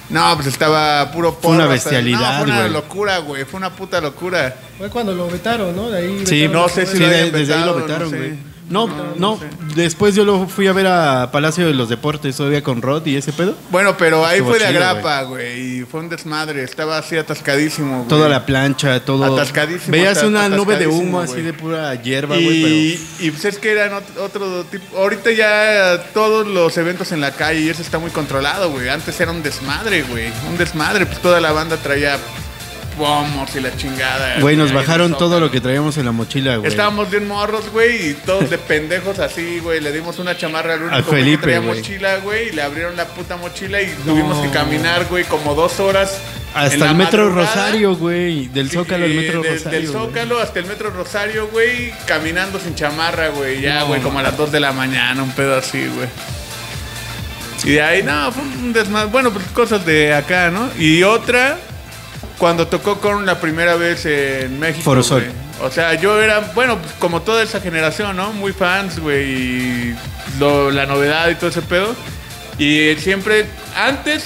Speaker 3: No, pues estaba puro
Speaker 2: Fue una
Speaker 3: porro hasta-
Speaker 2: bestialidad,
Speaker 3: No, fue una
Speaker 2: güey.
Speaker 3: locura, güey. Fue una puta locura.
Speaker 4: Fue cuando lo vetaron, ¿no? De ahí
Speaker 2: Sí,
Speaker 4: vetaron
Speaker 3: no
Speaker 4: a
Speaker 3: sé
Speaker 4: todo
Speaker 3: si
Speaker 2: Sí,
Speaker 3: lo
Speaker 2: de-
Speaker 3: hayan
Speaker 2: desde ahí lo
Speaker 3: vetado, no
Speaker 2: vetaron,
Speaker 3: sé.
Speaker 2: güey. No, no, después yo lo fui a ver a Palacio de los Deportes todavía con Rod y ese pedo.
Speaker 3: Bueno, pero ahí
Speaker 2: Estuvo
Speaker 3: fue de
Speaker 2: chido,
Speaker 3: agrapa, güey. Y fue un desmadre. Estaba así atascadísimo, güey.
Speaker 2: Toda la plancha, todo.
Speaker 3: Atascadísimo,
Speaker 2: Veías
Speaker 3: atas-
Speaker 2: una nube de humo
Speaker 3: atascadísimo,
Speaker 2: así
Speaker 3: güey.
Speaker 2: de pura hierba, güey,
Speaker 3: Y, y pues es que eran ot- otro tipo. Ahorita ya todos los eventos en la calle y eso está muy controlado, güey. Antes era un desmadre, güey. Un desmadre. Pues toda la banda traía pomos y la chingada.
Speaker 2: pero. Güey, nos
Speaker 3: Ahí en el
Speaker 2: bajaron todo
Speaker 3: Zócalo.
Speaker 2: lo que traíamos en la mochila, güey.
Speaker 3: Estábamos bien morros, güey, y todos de pendejos así, güey. Le dimos una chamarra al único
Speaker 2: Al
Speaker 3: güey
Speaker 2: Felipe,
Speaker 3: que traía
Speaker 2: güey.
Speaker 3: mochila, güey, y le abrieron la puta mochila y tuvimos que caminar, güey, como dos horas. en
Speaker 2: Hasta
Speaker 3: la
Speaker 2: el metro
Speaker 3: madrugada.
Speaker 2: Rosario, güey. Del Zócalo al
Speaker 3: Sí,
Speaker 2: metro
Speaker 3: de-
Speaker 2: Rosario.
Speaker 3: Del
Speaker 2: güey.
Speaker 3: Zócalo hasta el metro Rosario, güey, caminando sin chamarra, güey. Ya, güey, como a las 2 de la mañana, un pedo así, güey. Y de ahí, no, fue un desmadre. Bueno, pues cosas de acá, ¿no? Y otra, cuando tocó con la primera vez en México.
Speaker 2: Foro
Speaker 3: güey.
Speaker 2: Sol.
Speaker 3: O sea, yo era, bueno, pues, como toda esa generación, ¿no? Muy fans, güey, y lo- la novedad y todo ese pedo. Y siempre, antes,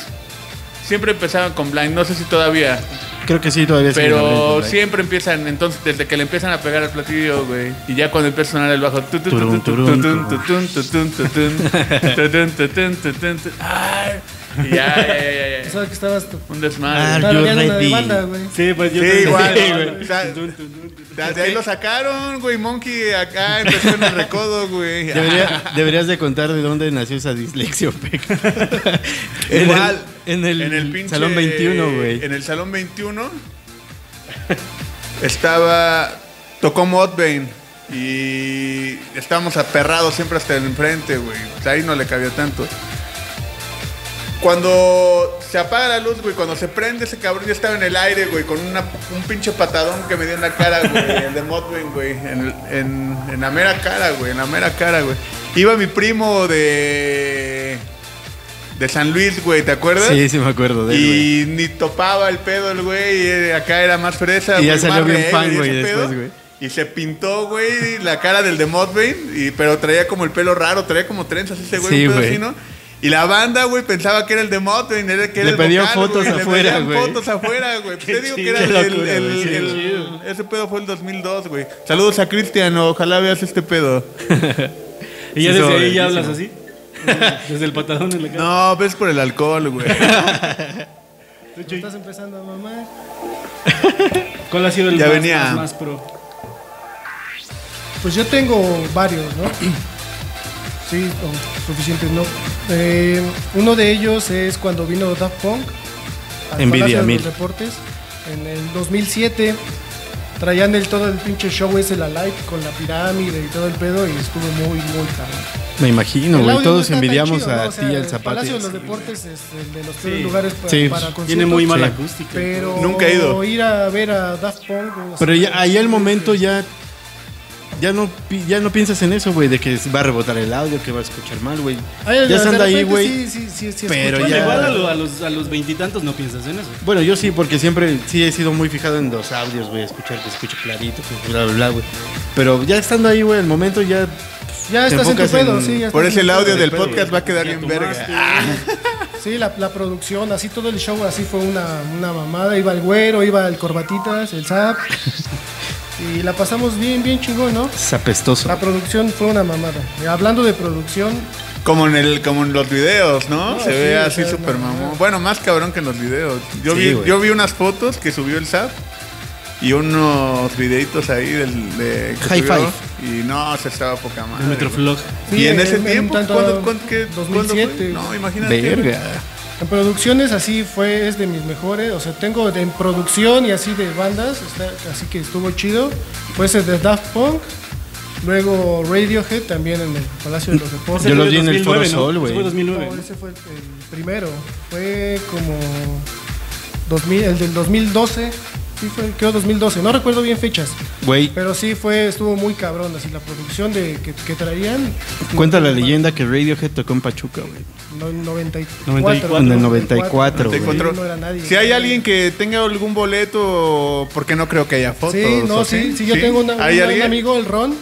Speaker 3: siempre empezaban con Blind, no sé si todavía.
Speaker 2: Creo que sí, todavía siguen abriendo,
Speaker 3: Pero
Speaker 2: güey.
Speaker 3: siempre empiezan, entonces, desde que le empiezan a pegar al platillo, güey. Y ya cuando empieza a sonar el bajo. tu, tu, tu, tu, tu, tu, tu, tu, tu, tu, tu, tu, tu, tu, tu, tu, tu, tu, tu, tu, tu, tu, tu, tu. Ay, Y ya, ya, ya, ya, ya.
Speaker 4: Pensaba que estabas tú.
Speaker 3: Un desmadre.
Speaker 2: Ah, You're
Speaker 4: tarareando una de
Speaker 2: ready.
Speaker 4: banda, güey.
Speaker 1: Sí, pues yo
Speaker 3: Sí,
Speaker 1: también-
Speaker 3: igual.
Speaker 1: Sí, güey.
Speaker 3: O sea, Ah, de, de ahí lo sacaron, güey. Monkey acá empezó en el recodo, güey.
Speaker 2: Debería- deberías de contar de dónde nació esa dislexia, Peck. En
Speaker 3: Igual.
Speaker 2: el- En el,
Speaker 3: en el pinche.
Speaker 2: Salón 21, güey.
Speaker 3: En el salón 21 estaba. Tocó Modbane. Y estábamos aperrados siempre hasta el enfrente, güey. O sea, ahí no le cabía tanto. Cuando se apaga la luz, güey, cuando se prende ese cabrón, yo estaba en el aire, güey, con una- un pinche patadón que me dio en la cara, güey, el de Motwin, güey, en, en- en la mera cara, güey, en la mera cara, güey. Iba mi primo de. de San Luis, güey, ¿te acuerdas?
Speaker 2: Sí, sí me acuerdo de él, güey.
Speaker 3: Y ni topaba el pedo el güey, y eh, acá era más fresa.
Speaker 2: Y ya
Speaker 3: güey,
Speaker 2: salió
Speaker 3: más
Speaker 2: bien fan,
Speaker 3: rebelde y
Speaker 2: güey,
Speaker 3: ese
Speaker 2: después,
Speaker 3: pedo.
Speaker 2: güey.
Speaker 3: Y se pintó, güey, la cara del de Mothbane, y pero traía como el pelo raro, traía como trenzas ese güey,
Speaker 2: Sí,
Speaker 3: un pedo
Speaker 2: güey.
Speaker 3: así, ¿no? Y la banda, güey, pensaba que era el de Mothbane, era que era
Speaker 2: Le
Speaker 3: el
Speaker 2: pedían
Speaker 3: vocal,
Speaker 2: fotos
Speaker 3: güey, le
Speaker 2: afuera,
Speaker 3: pedían
Speaker 2: güey.
Speaker 3: fotos afuera, güey. Pues
Speaker 1: Qué
Speaker 3: Te digo que
Speaker 1: chido,
Speaker 2: qué
Speaker 3: era el,
Speaker 2: locura,
Speaker 3: el-
Speaker 2: güey, sí,
Speaker 3: el-
Speaker 1: qué chido.
Speaker 3: ese pedo fue el 2002, güey. Saludos a Cristian, ojalá veas este pedo.
Speaker 1: Y ya
Speaker 2: Sí,
Speaker 1: desde
Speaker 2: sobre,
Speaker 1: ahí ya
Speaker 2: sí,
Speaker 1: hablas
Speaker 2: sí.
Speaker 1: así. Desde el patadón en la cara.
Speaker 3: No, ves por el alcohol, güey.
Speaker 4: Estás empezando a mamar.
Speaker 1: ¿Cuál ha sido el
Speaker 3: Ya
Speaker 1: más,
Speaker 3: venía.
Speaker 1: más, más pro?
Speaker 4: Pues yo tengo varios, ¿no? Sí, o suficientes, ¿no? Eh, uno de ellos es cuando vino Daft Punk. al
Speaker 2: Envidia,
Speaker 4: Palacio de
Speaker 2: mil.
Speaker 4: Los Deportes, en el 2007. Traían el, todo el pinche show ese, la live, con la pirámide y todo el pedo, y estuvo muy, muy caro.
Speaker 2: Me imagino,
Speaker 4: El
Speaker 2: güey.
Speaker 4: audio no
Speaker 2: Todos
Speaker 4: está tan
Speaker 2: envidiamos
Speaker 4: chido,
Speaker 2: a
Speaker 4: ¿no? O
Speaker 2: ti
Speaker 4: sea,
Speaker 2: y al
Speaker 4: el
Speaker 2: zapato.
Speaker 4: Palacio de los Deportes es el de los peores lugares para,
Speaker 2: Sí,
Speaker 4: para
Speaker 1: Tiene
Speaker 4: conciertos.
Speaker 1: muy mala
Speaker 2: Sí.
Speaker 1: acústica.
Speaker 4: Pero
Speaker 3: Nunca he ido.
Speaker 4: ir a ver a Daft Punk. o sea,
Speaker 2: Pero ya, ahí al momento ya. Ya no, pi- ya no piensas en eso, güey, de que va a rebotar el audio, que va a escuchar mal, güey.
Speaker 4: Ay, de-
Speaker 2: Ya se
Speaker 4: de
Speaker 2: anda ahí,
Speaker 4: repente
Speaker 2: güey.
Speaker 4: Sí, sí, sí, sí,
Speaker 2: Pero
Speaker 4: escucho.
Speaker 1: Bueno,
Speaker 2: ya-
Speaker 1: igual a, lo- a los a los veintitantos no piensas en eso.
Speaker 2: Bueno, yo sí, porque siempre sí he sido muy fijado en los audios, güey, escuchar que escucho clarito, que bla, bla, bla, güey. Pero ya estando ahí, güey, al momento ya...
Speaker 4: Ya
Speaker 2: Te
Speaker 4: estás en tu
Speaker 2: enfocas
Speaker 4: pedo,
Speaker 2: en-
Speaker 4: sí. ya
Speaker 3: Por
Speaker 4: estás
Speaker 3: eso
Speaker 4: en
Speaker 3: el
Speaker 4: tu
Speaker 3: audio
Speaker 4: pedo.
Speaker 3: del podcast va a quedar
Speaker 1: Ya
Speaker 3: bien
Speaker 1: tomaste,
Speaker 3: verga.
Speaker 4: Sí, la, la producción, así todo el show, así fue una, una mamada. Iba el güero, iba el corbatitas, el zap. y la pasamos bien, bien chingón, ¿no?
Speaker 2: Es apestoso.
Speaker 4: La producción fue una mamada. Y hablando de producción,
Speaker 3: Como en el, como en los videos, ¿no?
Speaker 4: No,
Speaker 3: se
Speaker 4: sí,
Speaker 3: ve
Speaker 4: o
Speaker 3: así
Speaker 4: sea,
Speaker 3: súper
Speaker 4: no,
Speaker 3: mamón. Bueno, más cabrón que en los videos. Yo
Speaker 2: Sí,
Speaker 3: vi,
Speaker 2: güey.
Speaker 3: yo vi unas fotos que subió el SAP y unos videitos ahí del de que
Speaker 2: High
Speaker 3: subió, Y no, se estaba poca madre.
Speaker 1: El Metroflog.
Speaker 3: güey. Y en
Speaker 4: Sí,
Speaker 3: ese
Speaker 4: en- en
Speaker 3: tiempo,
Speaker 4: tanto-
Speaker 3: ¿cuándo, cuándo- qué-
Speaker 4: 2007.
Speaker 3: cuándo fue? No, imagínate.
Speaker 2: Verga.
Speaker 4: en producciones así fue, es de mis mejores. O sea, tengo de- en producción y así de bandas, está- así que estuvo chido. Fue ese de Daft Punk. Luego Radiohead también en el Palacio de los Deportes.
Speaker 2: Yo
Speaker 1: Ese
Speaker 2: lo
Speaker 1: fue
Speaker 2: vi en el Foro
Speaker 1: 2009, ¿no?
Speaker 2: Sol, güey.
Speaker 1: Ese fue 2009.
Speaker 4: No, ese fue el, el primero. Fue como 2000, el del 2012. Sí, fue, creo 2012. No recuerdo bien fechas.
Speaker 2: Güey,
Speaker 4: Pero sí fue, estuvo muy cabrón. Así la producción de que, que traían.
Speaker 2: cuenta la leyenda que Radiohead tocó en Pachuca, güey.
Speaker 4: No, 94.
Speaker 1: 94.
Speaker 2: En el 94,
Speaker 3: Te
Speaker 2: güey.
Speaker 3: encontró-
Speaker 4: No era nadie.
Speaker 3: Si hay alguien que tenga algún boleto, porque no creo que haya fotos.
Speaker 4: Sí, no,
Speaker 3: ¿o
Speaker 4: sí, sí, yo tengo una-
Speaker 3: ¿Hay
Speaker 4: una- un
Speaker 3: alguien?
Speaker 4: amigo, el Ron.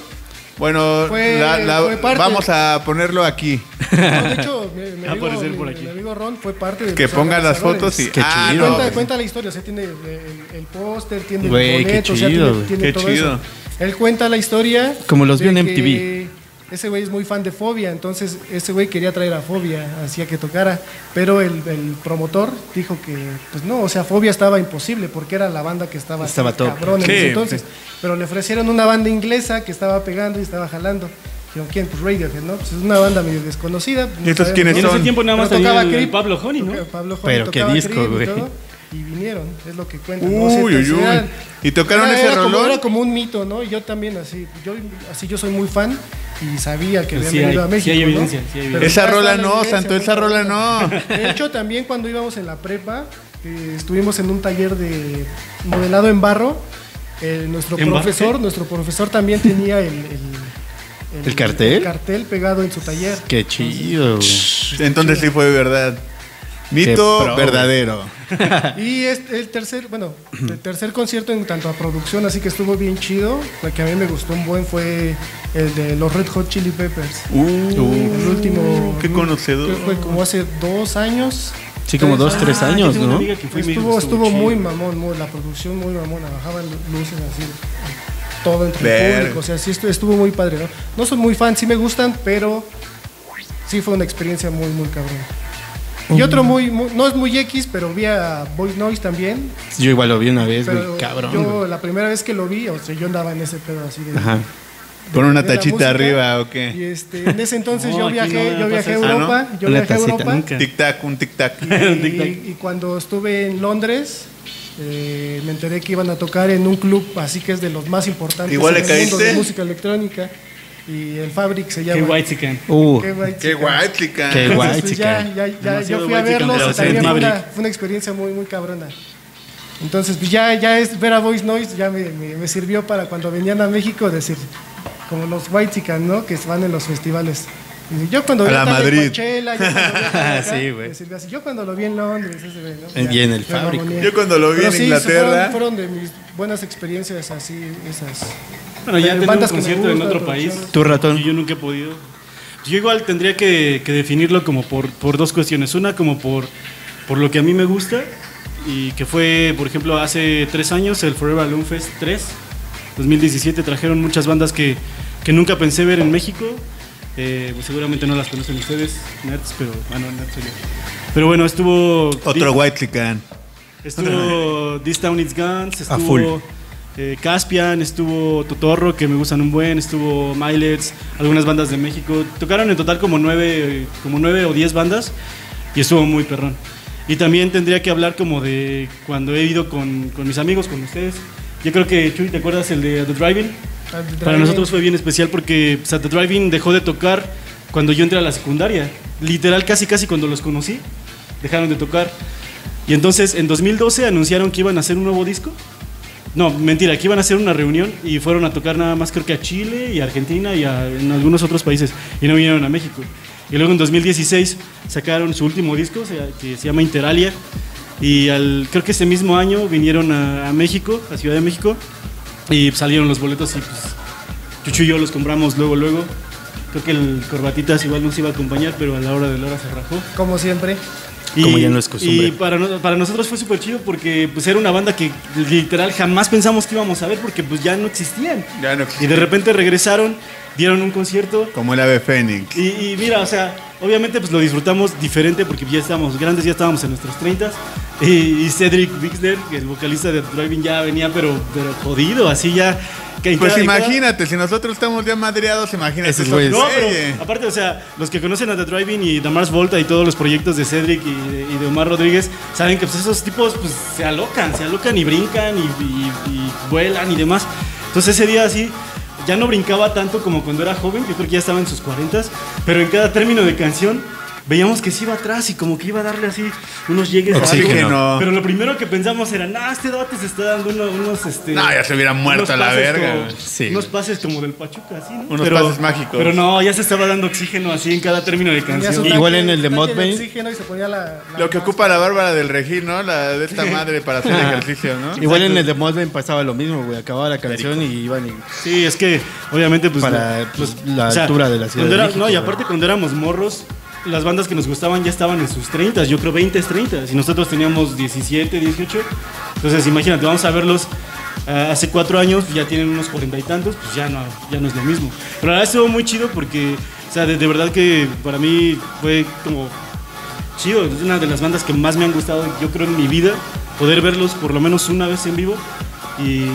Speaker 3: Bueno,
Speaker 4: Fue-
Speaker 3: la- la-
Speaker 4: fue parte.
Speaker 3: vamos a ponerlo aquí.
Speaker 4: No, de hecho, mi, mi
Speaker 1: Va a
Speaker 4: amigo,
Speaker 1: aparecer
Speaker 4: mi-
Speaker 1: por aquí.
Speaker 4: mi amigo Ron fue parte de.
Speaker 3: Que
Speaker 4: los
Speaker 3: pongan las
Speaker 4: organizadores.
Speaker 3: fotos y.
Speaker 2: Qué
Speaker 3: ah,
Speaker 2: chido,
Speaker 3: no,
Speaker 4: cuenta,
Speaker 2: güey.
Speaker 4: cuenta la historia, o sea, tiene el, el- el póster, tiene el
Speaker 2: Güey, qué
Speaker 4: boleto, o sea,
Speaker 2: chido,
Speaker 4: tiene-
Speaker 2: güey.
Speaker 4: tiene
Speaker 3: Qué
Speaker 4: todo
Speaker 3: chido.
Speaker 4: eso. Él cuenta la historia.
Speaker 2: Como los
Speaker 4: de
Speaker 2: vio en
Speaker 4: que
Speaker 2: MTV.
Speaker 4: Ese güey es muy fan de Fobia, entonces ese güey quería traer a Fobia, hacía que tocara, pero el, el promotor dijo que, pues no, o sea, Fobia estaba imposible porque era la banda que estaba,
Speaker 2: Estaba top.
Speaker 4: cabrón en
Speaker 3: Sí,
Speaker 4: ese entonces. Pero le ofrecieron una banda inglesa que estaba pegando y estaba jalando. Dijeron, ¿quién? Pues Radiohead, ¿no? Pues es una banda medio desconocida. pues, no
Speaker 3: ¿Y estos
Speaker 4: sabemos,
Speaker 3: quiénes
Speaker 4: ¿no?
Speaker 1: Y en ese
Speaker 3: son-
Speaker 1: tiempo nada más
Speaker 4: Pero
Speaker 1: tenía el-
Speaker 4: tocaba Creep.
Speaker 1: Pablo Honey, ¿no?
Speaker 4: Toca- Pablo Honey
Speaker 2: Pero qué
Speaker 4: tocaba
Speaker 2: disco,
Speaker 4: Creep y
Speaker 2: güey.
Speaker 4: todo, Y vinieron, es lo que cuentan. ¿no?
Speaker 3: Uy,
Speaker 4: Se-
Speaker 3: uy, uy.
Speaker 4: era-
Speaker 3: ¿Y tocaron
Speaker 4: era
Speaker 3: ese
Speaker 4: como-
Speaker 3: rolón?
Speaker 4: Era como un mito, ¿no? Y Yo también así, yo así yo soy muy fan y sabía que habían
Speaker 1: Pues Sí hay-
Speaker 4: venido a
Speaker 1: sí
Speaker 4: México.
Speaker 1: hay
Speaker 4: ¿no?
Speaker 1: evidencia, sí hay
Speaker 4: Pero
Speaker 1: evidencia.
Speaker 3: Esa
Speaker 4: ya
Speaker 3: rola
Speaker 4: está la
Speaker 3: no,
Speaker 4: evidencia,
Speaker 3: Santo, esa rola no.
Speaker 4: De hecho, también cuando íbamos en la prepa, eh, estuvimos en un taller de modelado en barro. Eh, nuestro
Speaker 1: ¿En barro,
Speaker 4: profesor,
Speaker 1: sí?
Speaker 4: nuestro profesor también tenía el, el-
Speaker 2: ¿El cartel?
Speaker 4: cartel pegado en su taller.
Speaker 2: Qué chido, güey.
Speaker 3: Entonces sí fue verdad.
Speaker 2: Qué
Speaker 3: Mito
Speaker 2: pro,
Speaker 3: verdadero.
Speaker 4: Y es el tercer, bueno, el tercer concierto en tanto a producción, así que estuvo bien chido. La que a mí me gustó un buen fue el de los Red Hot Chili Peppers. el último.
Speaker 3: Uh, qué conocedor.
Speaker 4: que Fue como hace dos años.
Speaker 2: Sí, como dos, tres
Speaker 1: Ah, yo
Speaker 2: años,
Speaker 1: tengo una
Speaker 2: ¿no?
Speaker 1: amiga que fue y me dijo
Speaker 4: Estuvo,
Speaker 1: que
Speaker 4: estuvo
Speaker 1: chido.
Speaker 4: muy mamón, muy- la producción muy mamona, bajaban luces así, todo entre el
Speaker 3: Verga.
Speaker 4: público, o sea, sí estu- estuvo, muy padre, ¿no? No soy muy fan, sí me gustan, pero sí fue una experiencia muy, muy cabrón.
Speaker 2: Mm.
Speaker 4: Y otro muy, muy- no es muy X, pero vi a Voice Noise también.
Speaker 2: Yo igual lo vi una vez,
Speaker 4: Pero
Speaker 2: güey. Cabrón.
Speaker 4: Yo
Speaker 2: güey.
Speaker 4: la primera vez que lo vi, o sea, yo andaba en ese pedo así de.
Speaker 2: Ajá.
Speaker 3: Pon
Speaker 4: de
Speaker 3: una
Speaker 4: la
Speaker 3: tachita
Speaker 4: música.
Speaker 3: arriba o
Speaker 4: Y
Speaker 3: qué.
Speaker 4: este, en ese entonces
Speaker 1: No,
Speaker 4: yo
Speaker 1: aquí
Speaker 4: viajé,
Speaker 1: no
Speaker 4: yo viajé
Speaker 1: pasa
Speaker 4: a
Speaker 3: eso.
Speaker 4: Europa,
Speaker 3: Ah,
Speaker 4: yo
Speaker 2: Una
Speaker 4: viajé a
Speaker 2: tacita,
Speaker 4: Europa.
Speaker 1: nunca.
Speaker 3: Tic tac, un tic tac.
Speaker 1: Un
Speaker 4: Y,
Speaker 1: tic-tac.
Speaker 4: y cuando estuve en Londres, eh, me enteré que iban a tocar en un club, así que es de los más importantes
Speaker 3: Igual le
Speaker 4: en el mundo de
Speaker 3: caíste.
Speaker 4: música electrónica. Y el Fabric se llama.
Speaker 1: Qué white chicken.
Speaker 2: Uh,
Speaker 4: Qué guay,
Speaker 3: Qué
Speaker 4: chica.
Speaker 3: guay, chica.
Speaker 2: Qué guay.
Speaker 4: Entonces, pues, ya,
Speaker 2: chica.
Speaker 4: ya, ya,
Speaker 1: Demasiado
Speaker 4: yo fui a
Speaker 1: guay, chica,
Speaker 4: verlos
Speaker 1: pero
Speaker 4: y también
Speaker 1: sí,
Speaker 4: fue una,
Speaker 1: Maverick.
Speaker 4: fue una experiencia muy, muy cabrona. Entonces, pues ya, ya es ver a Voice Noise ya me, me- me sirvió para cuando venían a México decir, como los White Chicas, ¿no? Que van en los festivales. Y Yo cuando
Speaker 3: A
Speaker 4: vi
Speaker 3: la
Speaker 4: tal en
Speaker 3: Madrid.
Speaker 4: Coachella, yo cuando vi acá,
Speaker 2: Sí, güey.
Speaker 4: me sirvió así. Yo cuando lo vi en Londres, ese güey, ¿no?
Speaker 2: En-
Speaker 4: Ya,
Speaker 2: y en el
Speaker 4: me
Speaker 2: Fabric.
Speaker 4: mamoneé.
Speaker 3: Yo cuando lo vi
Speaker 4: Pero
Speaker 3: en
Speaker 4: sí,
Speaker 3: Inglaterra-
Speaker 4: Fueron, fueron de mis buenas experiencias así, esas.
Speaker 1: Bueno, ya tener
Speaker 4: Pero
Speaker 1: un
Speaker 4: bandas que me
Speaker 1: concierto en
Speaker 4: gustan,
Speaker 1: otro país.
Speaker 4: producciones.
Speaker 2: Tu ratón.
Speaker 1: Y yo nunca he podido. Yo igual tendría que, que definirlo como por, por dos cuestiones. Una como por, por lo que a mí me gusta y que fue, por ejemplo, hace tres años el Forever Alone Fest 3, 2017, trajeron muchas bandas que, que nunca pensé ver en México. Eh, pues seguramente no las conocen ustedes, Nets, pero bueno, Nets soy yo. Pero bueno, estuvo...
Speaker 3: Otro white chican.
Speaker 1: Estuvo This Town It's Guns,
Speaker 2: A full.
Speaker 1: estuvo eh, Caspian, estuvo Totorro, que me gustan un buen, estuvo Milets, algunas bandas de México. Tocaron en total como nueve, eh, como nueve o diez bandas y estuvo muy perrón. Y también tendría que hablar como de cuando he ido con, con mis amigos, con ustedes. Yo creo que, Chuy, ¿te acuerdas el de The Driving? Para nosotros fue bien especial porque o sea, The Driving dejó de tocar cuando yo entré a la secundaria. Literal, casi casi cuando los conocí, dejaron de tocar. Y entonces en 2012 anunciaron que iban a hacer un nuevo disco. No, mentira, que iban a hacer una reunión y fueron a tocar nada más creo que a Chile y a Argentina y a en algunos otros países y no vinieron a México. Y luego en 2016 sacaron su último disco o sea, que se llama Interalia y al, creo que ese mismo año vinieron a, a México, a Ciudad de México y salieron los boletos y pues Chuchu y yo los compramos luego, luego. Creo que el Corbatitas igual nos iba a acompañar, pero a la hora de la hora se rajó.
Speaker 4: Como siempre.
Speaker 2: Como ya no es costumbre.
Speaker 1: Y para, no- para nosotros fue súper chido porque pues era una banda que literal jamás pensamos que íbamos a ver porque pues ya no existían.
Speaker 3: Ya no
Speaker 1: Y
Speaker 3: existe.
Speaker 1: de repente regresaron, dieron un concierto
Speaker 3: Como el ave fénix.
Speaker 1: y, y mira, o sea, obviamente pues lo disfrutamos diferente porque ya estábamos grandes, ya estábamos en nuestros 30 y, y Cedric Bixner, que el vocalista de Driving ya venía pero, pero jodido, así ya... que en
Speaker 3: Pues
Speaker 1: cada- en cada-
Speaker 3: imagínate, si nosotros estamos ya madreados, imagínate.
Speaker 2: Esos
Speaker 3: esos
Speaker 2: güeyes.
Speaker 1: no,
Speaker 3: güeyes.
Speaker 1: pero aparte, o sea, los que conocen a The Driving y The Mars Volta y todos los proyectos de Cedric y de, y de Omar Rodríguez saben que pues, esos tipos pues, se alocan, se alocan y brincan y, y- y vuelan y demás. Entonces ese día así ya no brincaba tanto como cuando era joven, yo creo que ya estaba en sus 40 pero en cada término de canción veíamos que se iba atrás y como que iba a darle así unos llegues a algo.
Speaker 3: Oxígeno.
Speaker 1: Pero lo primero que pensamos era, nah, este debate se está dando uno- unos... Este,
Speaker 3: No, ya se hubiera muerto
Speaker 1: unos
Speaker 3: a la
Speaker 1: pases
Speaker 3: verga,
Speaker 1: como-
Speaker 3: güey.
Speaker 2: Sí,
Speaker 1: unos
Speaker 2: güey.
Speaker 1: pases como del Pachuca, así, ¿no?
Speaker 3: Unos pases mágicos.
Speaker 1: Pero no, ya se estaba dando oxígeno así en cada término de
Speaker 4: Tenía su
Speaker 1: canción.
Speaker 2: Igual
Speaker 4: tanque-
Speaker 2: en el de
Speaker 4: tanque
Speaker 2: Mudvayne.
Speaker 4: oxígeno y se ponía la- la
Speaker 3: Lo que
Speaker 4: máscara.
Speaker 3: ocupa la Bárbara del Regil, ¿no? La de esta madre para hacer ejercicio, ¿no?
Speaker 2: Igual en el de Mosben pasaba lo mismo, güey. Acababa la canción y iban y.
Speaker 1: Sí, es que obviamente pues
Speaker 2: Para,
Speaker 1: no,
Speaker 2: pues, la altura de la Ciudad
Speaker 1: cuando
Speaker 2: de
Speaker 1: era-
Speaker 2: México,
Speaker 1: No, y
Speaker 2: güey.
Speaker 1: aparte cuando éramos morros, las bandas que nos gustaban ya estaban en sus 30, yo creo 20, 30, y nosotros teníamos 17, 18. Entonces, imagínate, vamos a verlos ah, hace cuatro años, ya tienen unos cuarenta y tantos, pues ya no, ya no es lo mismo. Pero la verdad estuvo muy chido porque, o sea, de, de verdad que para mí fue como chido, es una de las bandas que más me han gustado, yo creo, en mi vida, poder verlos por lo menos una vez en vivo. Y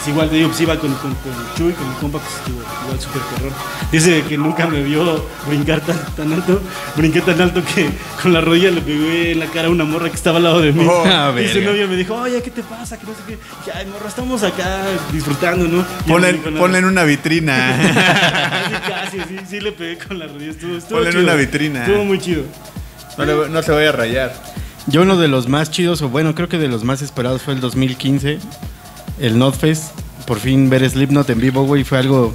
Speaker 1: es igual, te digo, pues iba con, con, con Chuy, con mi compa, pues estuvo igual súper terror. Dice que nunca me vio brincar tan, tan alto, brinqué tan alto que con la rodilla le pegué en la cara a una morra que estaba al lado de mí.
Speaker 3: Oh,
Speaker 2: ah,
Speaker 1: y su
Speaker 2: verga.
Speaker 1: novia me dijo, oye, ¿qué te pasa? Que no sé qué. Y, Ay, morra, estamos acá disfrutando, ¿no? Y
Speaker 3: Ponle,
Speaker 1: yo no digo nada.
Speaker 3: ponle en una vitrina.
Speaker 1: Casi, casi, sí, sí le pegué con la rodilla. Estuvo, estuvo
Speaker 3: Ponle en
Speaker 1: chido.
Speaker 3: una vitrina.
Speaker 1: Estuvo muy chido.
Speaker 3: No, le- no se vaya a rayar.
Speaker 2: Yo uno de los más chidos, o bueno, creo que de los más esperados fue el 2015, el Notfest. Por fin ver Slipknot en vivo, güey, fue algo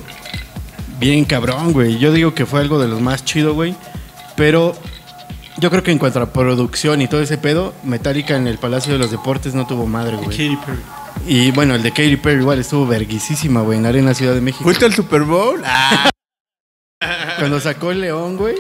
Speaker 2: bien cabrón, güey. Yo digo que fue algo de los más chido, güey. Pero yo creo que en cuanto a producción y todo ese pedo, Metallica en el Palacio de los Deportes no tuvo madre, güey.
Speaker 1: Katy Perry.
Speaker 2: Y bueno, el de Katy Perry igual estuvo verguisísima, güey, en Arena Ciudad de México.
Speaker 3: ¿Fuiste al Super Bowl? Ah.
Speaker 2: Cuando sacó el león, güey.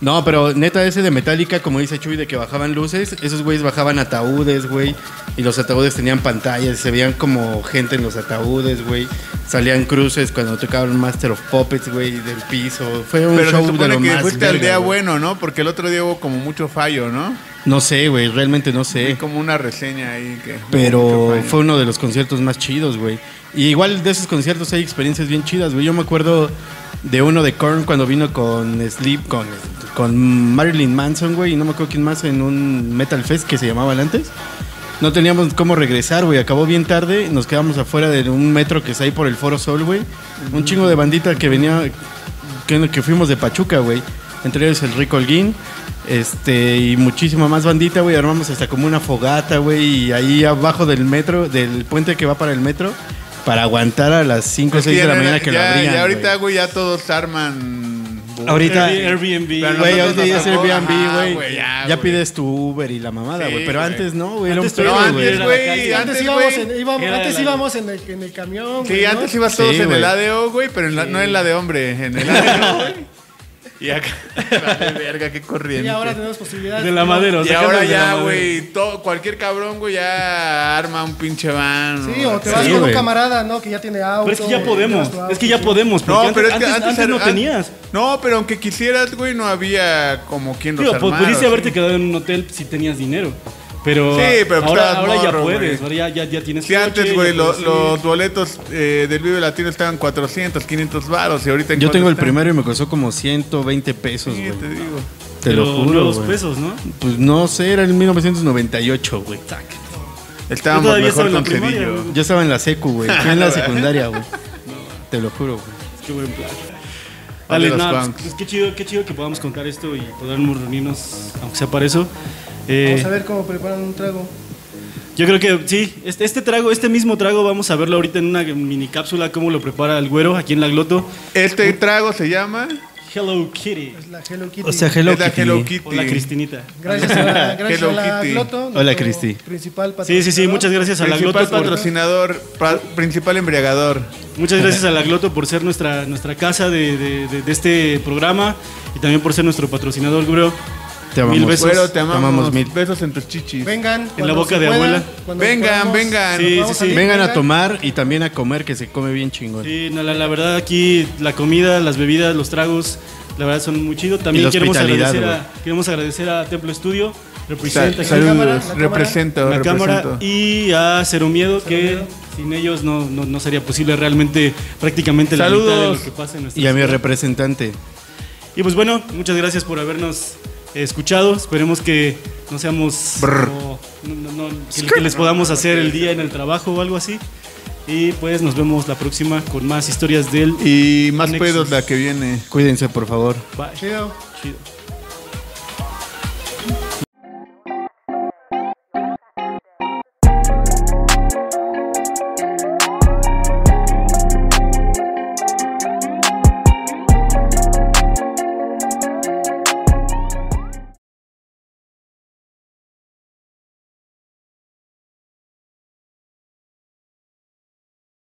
Speaker 2: No, pero neta, ese de Metallica, como dice Chuy, de que bajaban luces, esos güeyes bajaban ataúdes, güey. Y los ataúdes tenían pantallas, se veían como gente en los ataúdes, güey. Salían cruces cuando tocaban Master of Puppets, güey, del piso. Fue un
Speaker 3: Pero se
Speaker 2: show de
Speaker 3: supone
Speaker 2: lo
Speaker 3: que
Speaker 2: más
Speaker 3: fuiste al
Speaker 2: verga,
Speaker 3: día
Speaker 2: güey.
Speaker 3: bueno, ¿no? Porque el otro día hubo como mucho fallo, ¿no?
Speaker 2: No sé, güey, realmente no sé.
Speaker 3: Es como una reseña ahí que...
Speaker 2: Pero
Speaker 3: que
Speaker 2: fue uno de los conciertos más chidos, güey. Y igual de esos conciertos hay experiencias bien chidas, güey. Yo me acuerdo de uno de Korn cuando vino con Sleep, con, con Marilyn Manson, güey. Y no me acuerdo quién más en un Metal Fest que se llamaban antes. No teníamos cómo regresar, güey. Acabó bien tarde. Nos quedamos afuera de un metro que está ahí por el Foro Sol, güey. Un chingo de bandita que venía. Que, que fuimos de Pachuca, güey. Entre ellos el Rico Holguín. Este, y muchísima más bandita, güey. Armamos hasta como una fogata, güey. Y ahí abajo del metro, del puente que va para el metro, para aguantar a las 5 o
Speaker 3: Pues
Speaker 2: 6
Speaker 3: sí,
Speaker 2: de la
Speaker 3: ya-
Speaker 2: mañana que lo
Speaker 3: ya-
Speaker 2: abrían.
Speaker 3: Ya
Speaker 2: güey.
Speaker 3: ahorita,
Speaker 2: Ah,
Speaker 3: güey, ya todos arman...
Speaker 2: Ahorita-
Speaker 1: Airbnb.
Speaker 3: Pero
Speaker 2: Güey,
Speaker 3: nosotros
Speaker 2: ahorita
Speaker 3: nos
Speaker 2: ya es
Speaker 3: tocó,
Speaker 2: Airbnb,
Speaker 3: ajá,
Speaker 2: güey.
Speaker 3: güey, ya,
Speaker 2: Ya,
Speaker 3: güey.
Speaker 2: pides tu Uber y la mamada,
Speaker 3: Sí,
Speaker 2: güey. Pero
Speaker 3: güey.
Speaker 2: antes no, güey. Era un
Speaker 1: Antes todo
Speaker 2: pedo,
Speaker 3: No,
Speaker 1: era
Speaker 2: güey.
Speaker 3: antes,
Speaker 1: la
Speaker 3: güey,
Speaker 1: calle.
Speaker 4: Antes
Speaker 3: antes,
Speaker 4: íbamos,
Speaker 3: güey.
Speaker 4: en, íbamos-
Speaker 1: Era
Speaker 4: antes
Speaker 1: la-
Speaker 4: íbamos en, el, en el camión.
Speaker 3: Sí,
Speaker 4: güey, ¿no?
Speaker 3: antes ibas todos
Speaker 2: Sí,
Speaker 3: en
Speaker 2: güey.
Speaker 3: el ADO, güey, pero en la- no en la de hombre, en el ADO, güey. Y acá, vale, verga, qué corriente.
Speaker 4: Y ahora tenemos posibilidades.
Speaker 1: De la madera.
Speaker 3: Y ahora
Speaker 1: sacándoles de la
Speaker 3: ya,
Speaker 1: madera.
Speaker 3: güey, todo- cualquier cabrón, güey, ya arma un pinche van.
Speaker 4: Sí, o te vas
Speaker 2: Sí,
Speaker 4: con
Speaker 2: güey.
Speaker 4: un camarada, ¿no? Que ya tiene auto.
Speaker 1: Pero es que ya
Speaker 4: o
Speaker 1: podemos.
Speaker 4: llevas tu auto,
Speaker 1: Es que ya
Speaker 4: sí.
Speaker 1: podemos. Porque
Speaker 3: No,
Speaker 1: antes,
Speaker 3: pero es que
Speaker 1: antes-
Speaker 3: antes,
Speaker 1: antes no
Speaker 3: an-
Speaker 1: tenías.
Speaker 3: No, pero aunque quisieras, güey, no había como quien los
Speaker 1: Digo, pues,
Speaker 3: armara,
Speaker 1: pudiste
Speaker 3: ¿sí?
Speaker 1: haberte quedado en un hotel si tenías dinero. Pero,
Speaker 3: Sí, pero pues,
Speaker 1: ahora,
Speaker 3: estabas
Speaker 1: ahora ya
Speaker 3: morro,
Speaker 1: puedes.
Speaker 3: güey.
Speaker 1: Ahora ya, ya, ya tienes
Speaker 3: Sí,
Speaker 1: coche,
Speaker 3: antes,
Speaker 1: ya
Speaker 3: güey, lo-
Speaker 1: puedes ir.
Speaker 3: los boletos eh, del Vive Latino estaban 400, 500 varos y ahorita... en
Speaker 2: Yo
Speaker 3: cuánto
Speaker 2: tengo el
Speaker 3: están?
Speaker 2: primero y me costó como 120 pesos,
Speaker 3: Sí,
Speaker 2: güey.
Speaker 3: te digo.
Speaker 2: Te
Speaker 1: Pero
Speaker 2: lo juro,
Speaker 1: nuevos
Speaker 2: güey.
Speaker 1: pesos, ¿no?
Speaker 2: Pues no sé, era el 1998, güey.
Speaker 1: Yo
Speaker 3: Estábamos
Speaker 1: todavía estaba
Speaker 3: mejor
Speaker 1: en la
Speaker 3: con
Speaker 1: primaria.
Speaker 3: Cedillo.
Speaker 1: güey.
Speaker 2: Yo estaba en la secu, güey. Yo en la secundaria, güey. Te lo juro, güey.
Speaker 1: Qué buen plan. Dale,
Speaker 3: los
Speaker 1: nada,
Speaker 3: Juans.
Speaker 1: pues, pues, qué chido, qué chido que podamos contar esto y podamos reunirnos, aunque sea para eso. Eh,
Speaker 4: Vamos a ver cómo preparan un trago.
Speaker 1: Yo creo que sí, este, este trago, este mismo trago, vamos a verlo ahorita en una mini cápsula, cómo lo prepara el güero aquí en la gloto.
Speaker 3: Este trago se llama...
Speaker 1: Hello Kitty.
Speaker 4: Es la Hello Kitty.
Speaker 3: es la Hello Kitty.
Speaker 1: Hola Cristinita.
Speaker 4: Gracias a la, gracias
Speaker 3: Hello
Speaker 4: a la
Speaker 3: Kitty.
Speaker 4: Gloto,
Speaker 2: Hola,
Speaker 4: nuestro
Speaker 2: Cristi.
Speaker 4: Principal
Speaker 1: Sí, sí, sí, muchas gracias a la
Speaker 3: Principal
Speaker 1: gloto por,
Speaker 3: patrocinador, pa- principal embriagador.
Speaker 1: Muchas gracias a la Gloto por ser nuestra, nuestra casa de, de- de- de este programa y también por ser nuestro patrocinador, bro.
Speaker 2: Te amamos.
Speaker 1: Mil besos.
Speaker 3: Güero, te amamos.
Speaker 2: mil.
Speaker 3: Besos en tus chichis.
Speaker 4: Vengan. cuando
Speaker 1: boca
Speaker 4: se
Speaker 1: de
Speaker 4: pueda,
Speaker 1: abuela.
Speaker 4: cuando
Speaker 3: Vengan,
Speaker 4: podamos.
Speaker 3: vengan.
Speaker 1: Sí,
Speaker 4: Vamos
Speaker 1: sí,
Speaker 4: a
Speaker 1: sí.
Speaker 4: salir,
Speaker 2: Vengan a tomar y también a comer, que se come bien chingón.
Speaker 1: Sí, no, la, la verdad aquí la comida, las bebidas, los tragos, la verdad son muy chido. También
Speaker 2: la
Speaker 1: queremos
Speaker 2: hospitalidad,
Speaker 1: agradecer, a, queremos agradecer a Templo Studio,
Speaker 3: Sa-
Speaker 1: representa aquí
Speaker 4: salud. cámara, la
Speaker 3: Saludos,
Speaker 4: cámara.
Speaker 3: represento,
Speaker 1: la cámara
Speaker 3: represento.
Speaker 1: y a Cero Miedo, que
Speaker 4: Miedo.
Speaker 1: sin ellos no, no- no sería posible realmente prácticamente la mitad de
Speaker 3: Saludos.
Speaker 1: lo que pasa en nuestra
Speaker 2: Y a mi
Speaker 1: ciudad.
Speaker 2: representante.
Speaker 1: Y pues bueno, muchas gracias por habernos escuchado. Esperemos que no seamos. como- no- no- no, que, que les podamos hacer el día en el trabajo o algo así. Y pues nos vemos la próxima con más historias del.
Speaker 3: Y más
Speaker 1: Nexus.
Speaker 3: pedos la que viene.
Speaker 2: Cuídense, por favor.
Speaker 1: Bye.
Speaker 4: Chido.
Speaker 1: Chido.